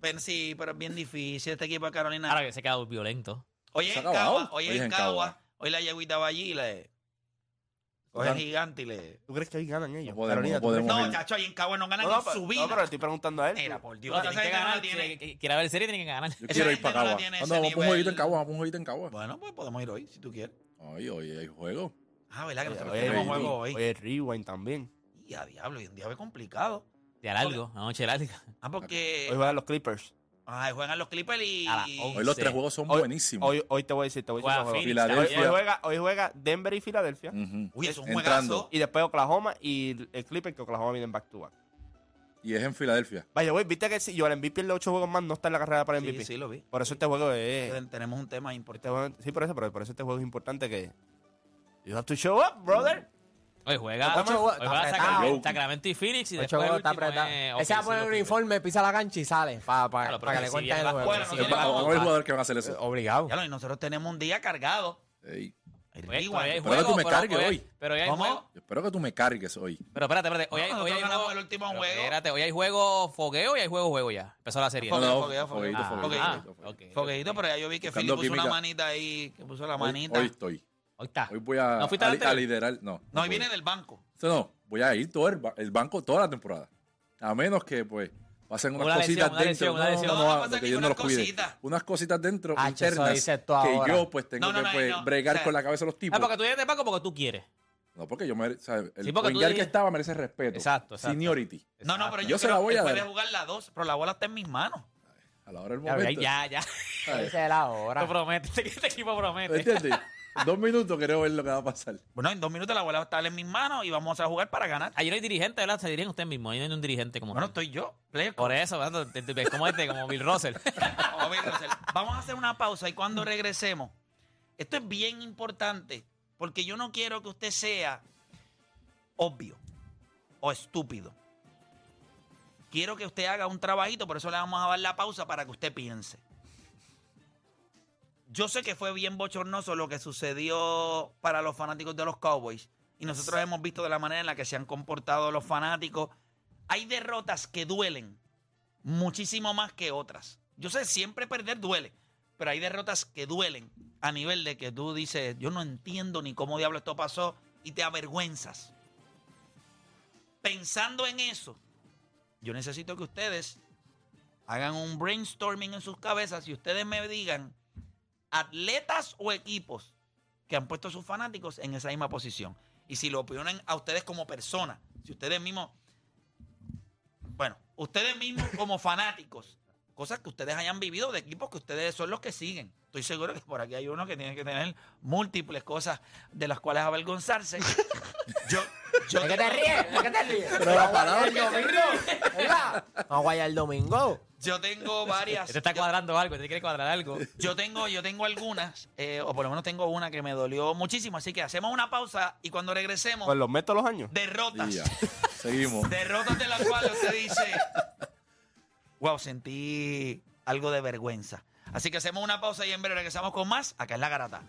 Speaker 8: Pero sí, pero es bien difícil este equipo de Carolina.
Speaker 2: Ahora que se quedó violento.
Speaker 8: Oye,
Speaker 4: Se
Speaker 8: en
Speaker 4: ha acabado.
Speaker 8: Cagua, oye,
Speaker 4: Hoy es
Speaker 8: en
Speaker 4: en
Speaker 8: Cagua.
Speaker 4: Cagua.
Speaker 8: Hoy la yeguita va allí y le coge
Speaker 4: Gan-
Speaker 8: el gigante y le.
Speaker 3: ¿Tú crees que ahí ganan ellos?
Speaker 4: No podemos,
Speaker 3: Carolina,
Speaker 4: no
Speaker 3: ¿tú crees
Speaker 4: podemos
Speaker 8: No,
Speaker 4: ir.
Speaker 8: chacho, ahí en Cagua no
Speaker 3: que-
Speaker 8: ganan
Speaker 3: No, no,
Speaker 8: en
Speaker 3: pero-
Speaker 8: su
Speaker 3: no,
Speaker 8: vida.
Speaker 3: pero le estoy preguntando a él.
Speaker 8: Mira, por Dios,
Speaker 2: No,
Speaker 8: esa
Speaker 2: tienen que
Speaker 8: gente no la
Speaker 2: ganar.
Speaker 8: tiene.
Speaker 2: si- que- Quiere ver serie, tienen que ganar.
Speaker 4: Yo
Speaker 8: Esa
Speaker 4: quiero ir
Speaker 8: gente
Speaker 4: para
Speaker 8: no
Speaker 4: Cagua.
Speaker 8: tiene
Speaker 4: Anda,
Speaker 8: ese
Speaker 4: vamos a un
Speaker 8: nivel.
Speaker 4: jueguito en Cagua, vamos a un jueguito en Cagua.
Speaker 8: Bueno, pues podemos ir hoy, si tú quieres.
Speaker 4: Ay, oye, hay juego.
Speaker 8: Ah, ¿verdad? Que nosotros
Speaker 3: Oye,
Speaker 8: tenemos
Speaker 4: oye,
Speaker 8: juego
Speaker 3: Oye,
Speaker 8: hoy.
Speaker 3: oye, Rewind también.
Speaker 8: Y a diablo, y un día fue complicado.
Speaker 2: De largo, la noche larga.
Speaker 8: Ah, porque
Speaker 3: Hoy van los Clippers.
Speaker 8: ay, juegan los Clippers y.
Speaker 2: A las
Speaker 8: y-
Speaker 2: once.
Speaker 4: Hoy los
Speaker 2: Sí.
Speaker 4: tres juegos son
Speaker 3: Hoy-
Speaker 4: buenísimos.
Speaker 3: Hoy, hoy te voy a decir, te voy
Speaker 2: Juega
Speaker 3: a decir. los juegos.
Speaker 2: Phoenix,
Speaker 4: Filadelfia.
Speaker 2: también.
Speaker 3: Hoy juega, hoy juega Denver y Filadelfia.
Speaker 4: Ujú.
Speaker 8: Uy, eso es un
Speaker 4: Entrando.
Speaker 8: juegazo.
Speaker 3: Y después Oklahoma y el Clipper, que Oklahoma viene en back to back.
Speaker 4: Y es en Filadelfia.
Speaker 3: Vaya, güey, viste que si yo el MVP en los ocho juegos más no está en la carrera para el MVP.
Speaker 8: Sí, sí, lo vi.
Speaker 3: Por eso este juego es.
Speaker 8: Tenemos un tema
Speaker 3: Este
Speaker 8: importante.
Speaker 3: juego- sí, por eso, pero por eso este juego es importante que. You have to show up, brother.
Speaker 2: Hoy juega,
Speaker 9: Ocho juegos,
Speaker 2: hoy
Speaker 9: está
Speaker 2: juega
Speaker 9: apretado.
Speaker 2: Sacramento, Sacramento y Phoenix. Y
Speaker 9: El
Speaker 2: después el
Speaker 9: está
Speaker 2: último
Speaker 9: apretado.
Speaker 2: es
Speaker 9: Ese va a
Speaker 2: Oklahoma
Speaker 9: poner un
Speaker 2: City.
Speaker 9: uniforme, pisa la cancha y sale. Para
Speaker 2: Claro, pero
Speaker 9: que le
Speaker 2: si
Speaker 9: cuenten
Speaker 2: viene
Speaker 9: el
Speaker 2: la
Speaker 9: juego.
Speaker 8: escuela,
Speaker 9: Sí,
Speaker 8: nosotros
Speaker 9: va-
Speaker 8: vamos-
Speaker 4: Vamos a ver jugadores que van a hacer eso.
Speaker 9: Obligado.
Speaker 8: Ya lo- Y nosotros tenemos un día cargado.
Speaker 4: Ey,
Speaker 8: El
Speaker 2: Oye, Pues, todavía hay
Speaker 8: Rewind.
Speaker 4: Espero que tú
Speaker 2: juego,
Speaker 4: me
Speaker 2: pero
Speaker 4: cargues
Speaker 2: hoy hay-
Speaker 4: hoy.
Speaker 2: Pero hoy hay
Speaker 8: ¿Cómo?
Speaker 2: juego.
Speaker 4: yo espero que tú me cargues hoy.
Speaker 2: Pero espérate, espérate. Hoy
Speaker 8: No,
Speaker 2: hay, hoy
Speaker 8: nosotros
Speaker 2: hay
Speaker 8: ganamos
Speaker 2: juego.
Speaker 8: el último
Speaker 2: pero
Speaker 8: juego.
Speaker 2: Espérate, hoy hay juego fogueo y hay juego juego ya. Empezó la serie.
Speaker 4: No, no,
Speaker 8: fogueo, fogueo.
Speaker 4: fogueito,
Speaker 2: Ah,
Speaker 4: fogueito,
Speaker 8: ok.
Speaker 4: fogueito, fogueito.
Speaker 2: ok.
Speaker 8: Fogueito, pero ya yo vi que Philly
Speaker 4: Buscando
Speaker 8: puso una
Speaker 4: química.
Speaker 8: manita ahí. Que puso la
Speaker 4: Hoy-
Speaker 8: manita.
Speaker 4: Hoy estoy.
Speaker 2: Hoy está. Ah,
Speaker 4: Hoy voy a,
Speaker 2: ¿No fuiste
Speaker 4: a-
Speaker 2: antes?
Speaker 4: a liderar. No.
Speaker 8: No,
Speaker 4: voy.
Speaker 8: y viene del banco.
Speaker 4: Esto no, voy a ir todo el, ba- el banco toda la temporada. A menos que, pues, pasen unas
Speaker 2: Una lesión,
Speaker 4: cositas
Speaker 2: una
Speaker 4: dentro.
Speaker 2: lesión, una
Speaker 4: No,
Speaker 2: lesión.
Speaker 4: no,
Speaker 8: No va a
Speaker 4: no,
Speaker 8: pasar
Speaker 4: no, que yo
Speaker 8: ninguna
Speaker 4: no los cuide.
Speaker 8: cosita.
Speaker 4: Unas cositas dentro
Speaker 9: Ah, eso
Speaker 4: internas
Speaker 9: dices
Speaker 4: que
Speaker 9: tú ahora.
Speaker 4: yo, pues, tengo
Speaker 8: No, no,
Speaker 4: que
Speaker 8: no,
Speaker 4: pues,
Speaker 8: no.
Speaker 4: bregar
Speaker 8: O sea,
Speaker 4: con la cabeza de los tipos.
Speaker 2: Ah, porque tú vienes de Paco porque tú quieres.
Speaker 4: No, porque yo me. o sea, el
Speaker 2: Sí,
Speaker 4: sí,
Speaker 2: porque tú
Speaker 4: que
Speaker 2: dices-
Speaker 4: estaba merece respeto.
Speaker 2: Exacto, exacto.
Speaker 4: Seniority.
Speaker 8: No, no, pero yo,
Speaker 4: Yo se
Speaker 8: creo
Speaker 4: la voy
Speaker 8: que
Speaker 4: a
Speaker 8: puede
Speaker 4: dar.
Speaker 8: jugar la dos, pero la bola está en mis manos.
Speaker 4: A la hora del
Speaker 9: Ya,
Speaker 4: momento.
Speaker 2: Ya, ya.
Speaker 9: Esa es la hora.
Speaker 2: Te promete. Este equipo promete.
Speaker 4: ¿Entiendes? Dos minutos quiero ver lo que va a pasar.
Speaker 8: Bueno, en dos minutos la bola va a estar en mis manos y vamos a jugar para ganar.
Speaker 2: Ahí no hay dirigente, ¿verdad? Se dirigen ustedes mismos. Ahí no hay un dirigente como
Speaker 8: Bueno,
Speaker 2: tal.
Speaker 8: estoy yo, player coach.
Speaker 2: Por eso, ¿verdad? Te- te- te- Como este, como Bill Russell.
Speaker 8: A ver, Rosel, Vamos a hacer una pausa y cuando regresemos, esto es bien importante porque yo no quiero que usted sea obvio o estúpido. Quiero que usted haga un trabajito, por eso le vamos a dar la pausa para que usted piense. Yo sé que fue bien bochornoso lo que sucedió para los fanáticos de los Cowboys y nosotros hemos visto de la manera en la que se han comportado los fanáticos. Hay derrotas que duelen, muchísimo más que otras. Yo sé, siempre perder duele, pero hay derrotas que duelen a nivel de que tú dices, yo no entiendo ni cómo diablo esto pasó y te avergüenzas. Pensando en eso, yo necesito que ustedes hagan un brainstorming en sus cabezas y ustedes me digan atletas o equipos que han puesto a sus fanáticos en esa misma posición. Y si lo opionan a ustedes como personas, si ustedes mismos bueno, ustedes mismos como fanáticos, cosas que ustedes hayan vivido de equipos que ustedes son los que siguen. Estoy seguro que por aquí hay uno que tiene que tener múltiples cosas de las cuales avergonzarse. yo, yo
Speaker 9: ¿De qué te ríes? ¿De qué te ríes? Pero la parada el domingo. ¿verdad? Vamos a guayar el domingo.
Speaker 8: yo tengo varias.
Speaker 2: Este está
Speaker 8: yo-
Speaker 2: cuadrando algo, este quiere cuadrar algo.
Speaker 8: Yo tengo, yo tengo algunas, eh, o por lo menos tengo una que me dolió muchísimo. Así que hacemos una pausa y cuando regresemos,
Speaker 3: Pues los meto los años.
Speaker 8: derrotas.
Speaker 4: Y ya. Seguimos.
Speaker 8: Derrotas de las cuales usted dice, wow, sentí algo de vergüenza. Así que hacemos una pausa y en breve regresamos con más. Acá en La Garata.